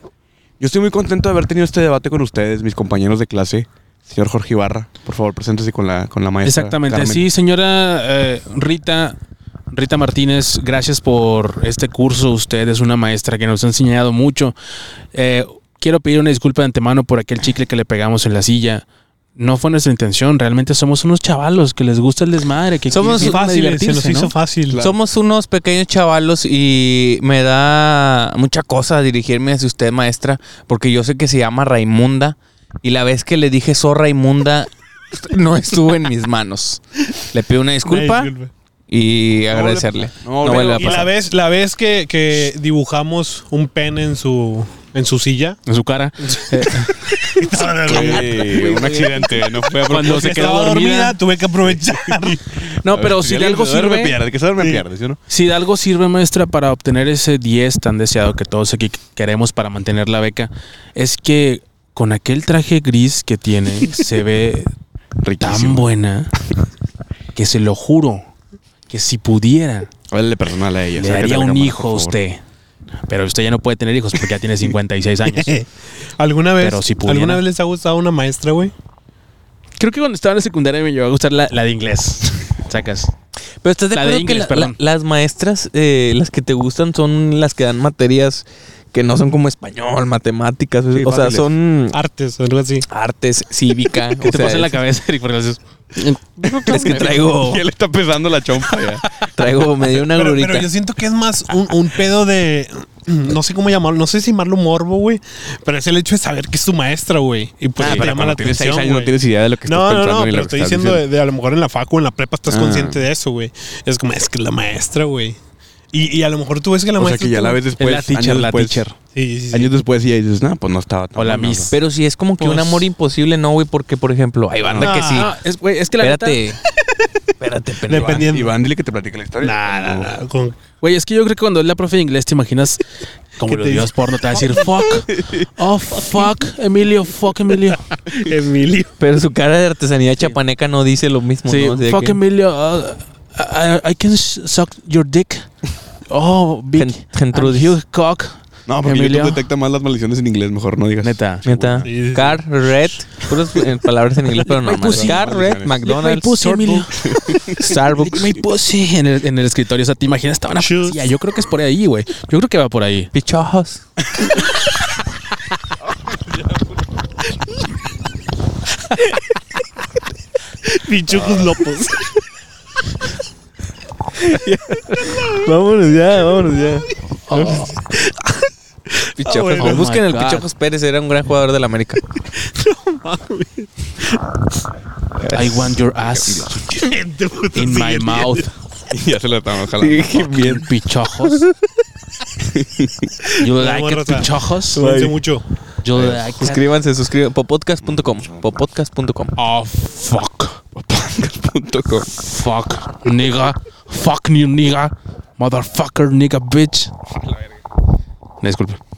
[SPEAKER 2] Yo estoy muy contento de haber tenido este debate con ustedes, mis compañeros de clase. Señor Jorge Ibarra, por favor, preséntese con la, con la maestra.
[SPEAKER 1] Exactamente.
[SPEAKER 2] Carmen.
[SPEAKER 1] Sí, señora eh, Rita. Rita Martínez, gracias por este curso. Usted es una maestra que nos ha enseñado mucho. Eh, quiero pedir una disculpa de antemano por aquel chicle que le pegamos en la silla. No fue nuestra intención. Realmente somos unos chavalos que les gusta el desmadre. Que
[SPEAKER 3] Somos
[SPEAKER 1] quieren
[SPEAKER 4] Fácil, se
[SPEAKER 1] divertirse,
[SPEAKER 4] nos
[SPEAKER 1] ¿no?
[SPEAKER 4] hizo fácil.
[SPEAKER 3] Somos unos pequeños chavalos y me da mucha cosa dirigirme hacia usted, maestra, porque yo sé que se llama Raimunda y la vez que le dije zorra inmunda no estuvo en mis manos. Le pido una disculpa
[SPEAKER 4] Disculpa.
[SPEAKER 3] y agradecerle.
[SPEAKER 2] no,
[SPEAKER 3] No
[SPEAKER 2] pero-
[SPEAKER 3] vuelve a
[SPEAKER 4] Y la
[SPEAKER 3] pasar.
[SPEAKER 4] vez, la vez que, que dibujamos un pen en su, en su silla.
[SPEAKER 1] En su cara. Eh,
[SPEAKER 2] Sí, Eh, un accidente, no fue a
[SPEAKER 1] Cuando
[SPEAKER 2] propósito.
[SPEAKER 1] se quedó
[SPEAKER 4] Estaba dormida,
[SPEAKER 1] dormida.
[SPEAKER 4] tuve que aprovechar.
[SPEAKER 1] No, pero
[SPEAKER 2] Si
[SPEAKER 1] si de algo
[SPEAKER 2] alguien se duerme,
[SPEAKER 1] sirve.
[SPEAKER 2] pierde, que se duerme, pierde, ¿sí o no?
[SPEAKER 1] Si de algo sirve, maestra, para obtener ese 10 tan deseado que todos aquí queremos para mantener la beca, es que con aquel traje gris que tiene, se ve tan
[SPEAKER 2] Riquísimo.
[SPEAKER 1] buena que se lo juro que si pudiera,
[SPEAKER 2] Háblale personal a ella.
[SPEAKER 1] le
[SPEAKER 2] sáquete
[SPEAKER 1] daría
[SPEAKER 2] la
[SPEAKER 1] un
[SPEAKER 2] cámara,
[SPEAKER 1] hijo a
[SPEAKER 2] por favor.
[SPEAKER 1] usted. Pero usted ya no puede tener hijos porque ya tiene 56 años.
[SPEAKER 4] ¿Alguna vez,
[SPEAKER 1] Pero si pudiera.
[SPEAKER 4] ¿Alguna vez les ha gustado una maestra, güey?
[SPEAKER 1] Creo que cuando estaba en la secundaria me llegó a gustar la, la de inglés. Sacas.
[SPEAKER 3] Pero estás de
[SPEAKER 1] La de
[SPEAKER 3] acuerdo
[SPEAKER 1] inglés,
[SPEAKER 3] que la- la-
[SPEAKER 1] perdón.
[SPEAKER 3] las maestras, eh, las que te gustan, son las que dan materias que no son como español, matemáticas,
[SPEAKER 2] Sí,
[SPEAKER 3] o sea,
[SPEAKER 2] fáciles.
[SPEAKER 3] son
[SPEAKER 4] Artes, algo así.
[SPEAKER 3] artes, cívica.
[SPEAKER 1] ¿Qué
[SPEAKER 3] o
[SPEAKER 1] te
[SPEAKER 3] sea,
[SPEAKER 1] pasa en la
[SPEAKER 3] es-
[SPEAKER 1] cabeza, Eric? Porque haces-
[SPEAKER 3] Es que traigo,
[SPEAKER 1] Oh.
[SPEAKER 2] Ya le está pesando la chompa ya.
[SPEAKER 3] traigo, me dio una
[SPEAKER 4] Pero,
[SPEAKER 3] grurita.
[SPEAKER 4] pero yo siento que es más un, un pedo de. No sé cómo llamarlo, no sé si llamarlo morbo, güey. Pero es el hecho de saber que es tu maestra, güey. Y por
[SPEAKER 2] Ah,
[SPEAKER 4] eso te llama
[SPEAKER 2] pero
[SPEAKER 4] la
[SPEAKER 2] cuando tienes seis
[SPEAKER 4] atención.
[SPEAKER 2] años no
[SPEAKER 4] güey.
[SPEAKER 2] tienes idea de lo que estás
[SPEAKER 4] no, no,
[SPEAKER 2] pensando
[SPEAKER 4] no,
[SPEAKER 2] ni lo
[SPEAKER 4] pero
[SPEAKER 2] que
[SPEAKER 4] estoy
[SPEAKER 2] estás
[SPEAKER 4] diciendo de,
[SPEAKER 2] diciendo.
[SPEAKER 4] de a lo mejor en la facu o en la prepa estás
[SPEAKER 2] Ah.
[SPEAKER 4] consciente de eso, güey. Es como, es que es la maestra, güey. Y, y a lo mejor tú ves que la
[SPEAKER 2] o sea
[SPEAKER 4] maestra.
[SPEAKER 2] que ya la ves después.
[SPEAKER 1] la teacher,
[SPEAKER 2] años
[SPEAKER 1] la
[SPEAKER 2] después,
[SPEAKER 1] teacher.
[SPEAKER 4] Sí, sí, sí.
[SPEAKER 2] Años después y ya dices, nah, pues no estaba tan
[SPEAKER 1] O la
[SPEAKER 2] mal,
[SPEAKER 1] miss.
[SPEAKER 3] Pero si es como que un
[SPEAKER 1] Pues-
[SPEAKER 3] amor imposible, no, güey, porque, por ejemplo, hay banda que sí.
[SPEAKER 1] Ah, es, güey, es que la neta-
[SPEAKER 3] Espérate. Espérate, pendejo.
[SPEAKER 2] ¿no?
[SPEAKER 4] Dependiendo.
[SPEAKER 2] Iván, dile que te platique la historia.
[SPEAKER 4] Nah, nah, nah, con-
[SPEAKER 1] Güey, es que yo creo que cuando es la profe de inglés, te imaginas como
[SPEAKER 4] ¿Qué
[SPEAKER 1] los
[SPEAKER 4] te
[SPEAKER 1] videos
[SPEAKER 4] dice?
[SPEAKER 1] porno, te va a decir fuck. Oh, fuck, Emilio, fuck, Emilio.
[SPEAKER 4] Emilio.
[SPEAKER 3] Pero su cara de artesanía chapaneca no dice lo mismo,
[SPEAKER 1] Sí,
[SPEAKER 3] ¿no? Así de
[SPEAKER 1] fuck,
[SPEAKER 3] que-
[SPEAKER 1] Emilio. uh, I, I can s- suck your dick. Oh, big.
[SPEAKER 3] Gen- Gentrudis.
[SPEAKER 1] and huge cock.
[SPEAKER 2] No, porque YouTube detecta más las maldiciones en inglés, mejor no digas.
[SPEAKER 1] Neta.
[SPEAKER 3] Neta.
[SPEAKER 4] Sí, sí, sí.
[SPEAKER 3] Car, red. Puras eh, palabras en inglés, pero no.
[SPEAKER 1] My
[SPEAKER 3] madre.
[SPEAKER 1] pussy.
[SPEAKER 3] Car, red,
[SPEAKER 1] McDonald's.
[SPEAKER 3] McDonald's,
[SPEAKER 1] pussy,
[SPEAKER 3] Starbucks.
[SPEAKER 1] Emilio.
[SPEAKER 3] Starbucks.
[SPEAKER 1] My pussy. En el, en el escritorio, o sea, te imaginas, estaban a
[SPEAKER 4] Shoes.
[SPEAKER 1] policía. Yo creo que es por ahí, güey. Yo creo que va por ahí.
[SPEAKER 3] Pichojos.
[SPEAKER 4] Pichucos lopos.
[SPEAKER 3] Vámonos ya, vámonos ya.
[SPEAKER 4] Oh. Ah, bueno.
[SPEAKER 3] Pichojos. Busquen
[SPEAKER 1] Oh my
[SPEAKER 3] el
[SPEAKER 1] God.
[SPEAKER 3] Pichojos Pérez, era un gran jugador de la América.
[SPEAKER 1] I want your ass
[SPEAKER 4] Gente, puta,
[SPEAKER 1] in my
[SPEAKER 4] sigue
[SPEAKER 1] mouth.
[SPEAKER 2] Y ya se la estamos jalando.
[SPEAKER 1] Bien. Pichojos. You like it,
[SPEAKER 4] Raza.
[SPEAKER 1] pichojos.
[SPEAKER 4] Cuídense mucho.
[SPEAKER 1] You like it.
[SPEAKER 3] Suscríbanse, suscríbanse. Popodcast.com. Popodcast.com.
[SPEAKER 1] Oh, fuck.
[SPEAKER 2] Punto com.
[SPEAKER 1] Fuck, nigga. Fuck you, nigga. Motherfucker, nigga, bitch. Disculpe.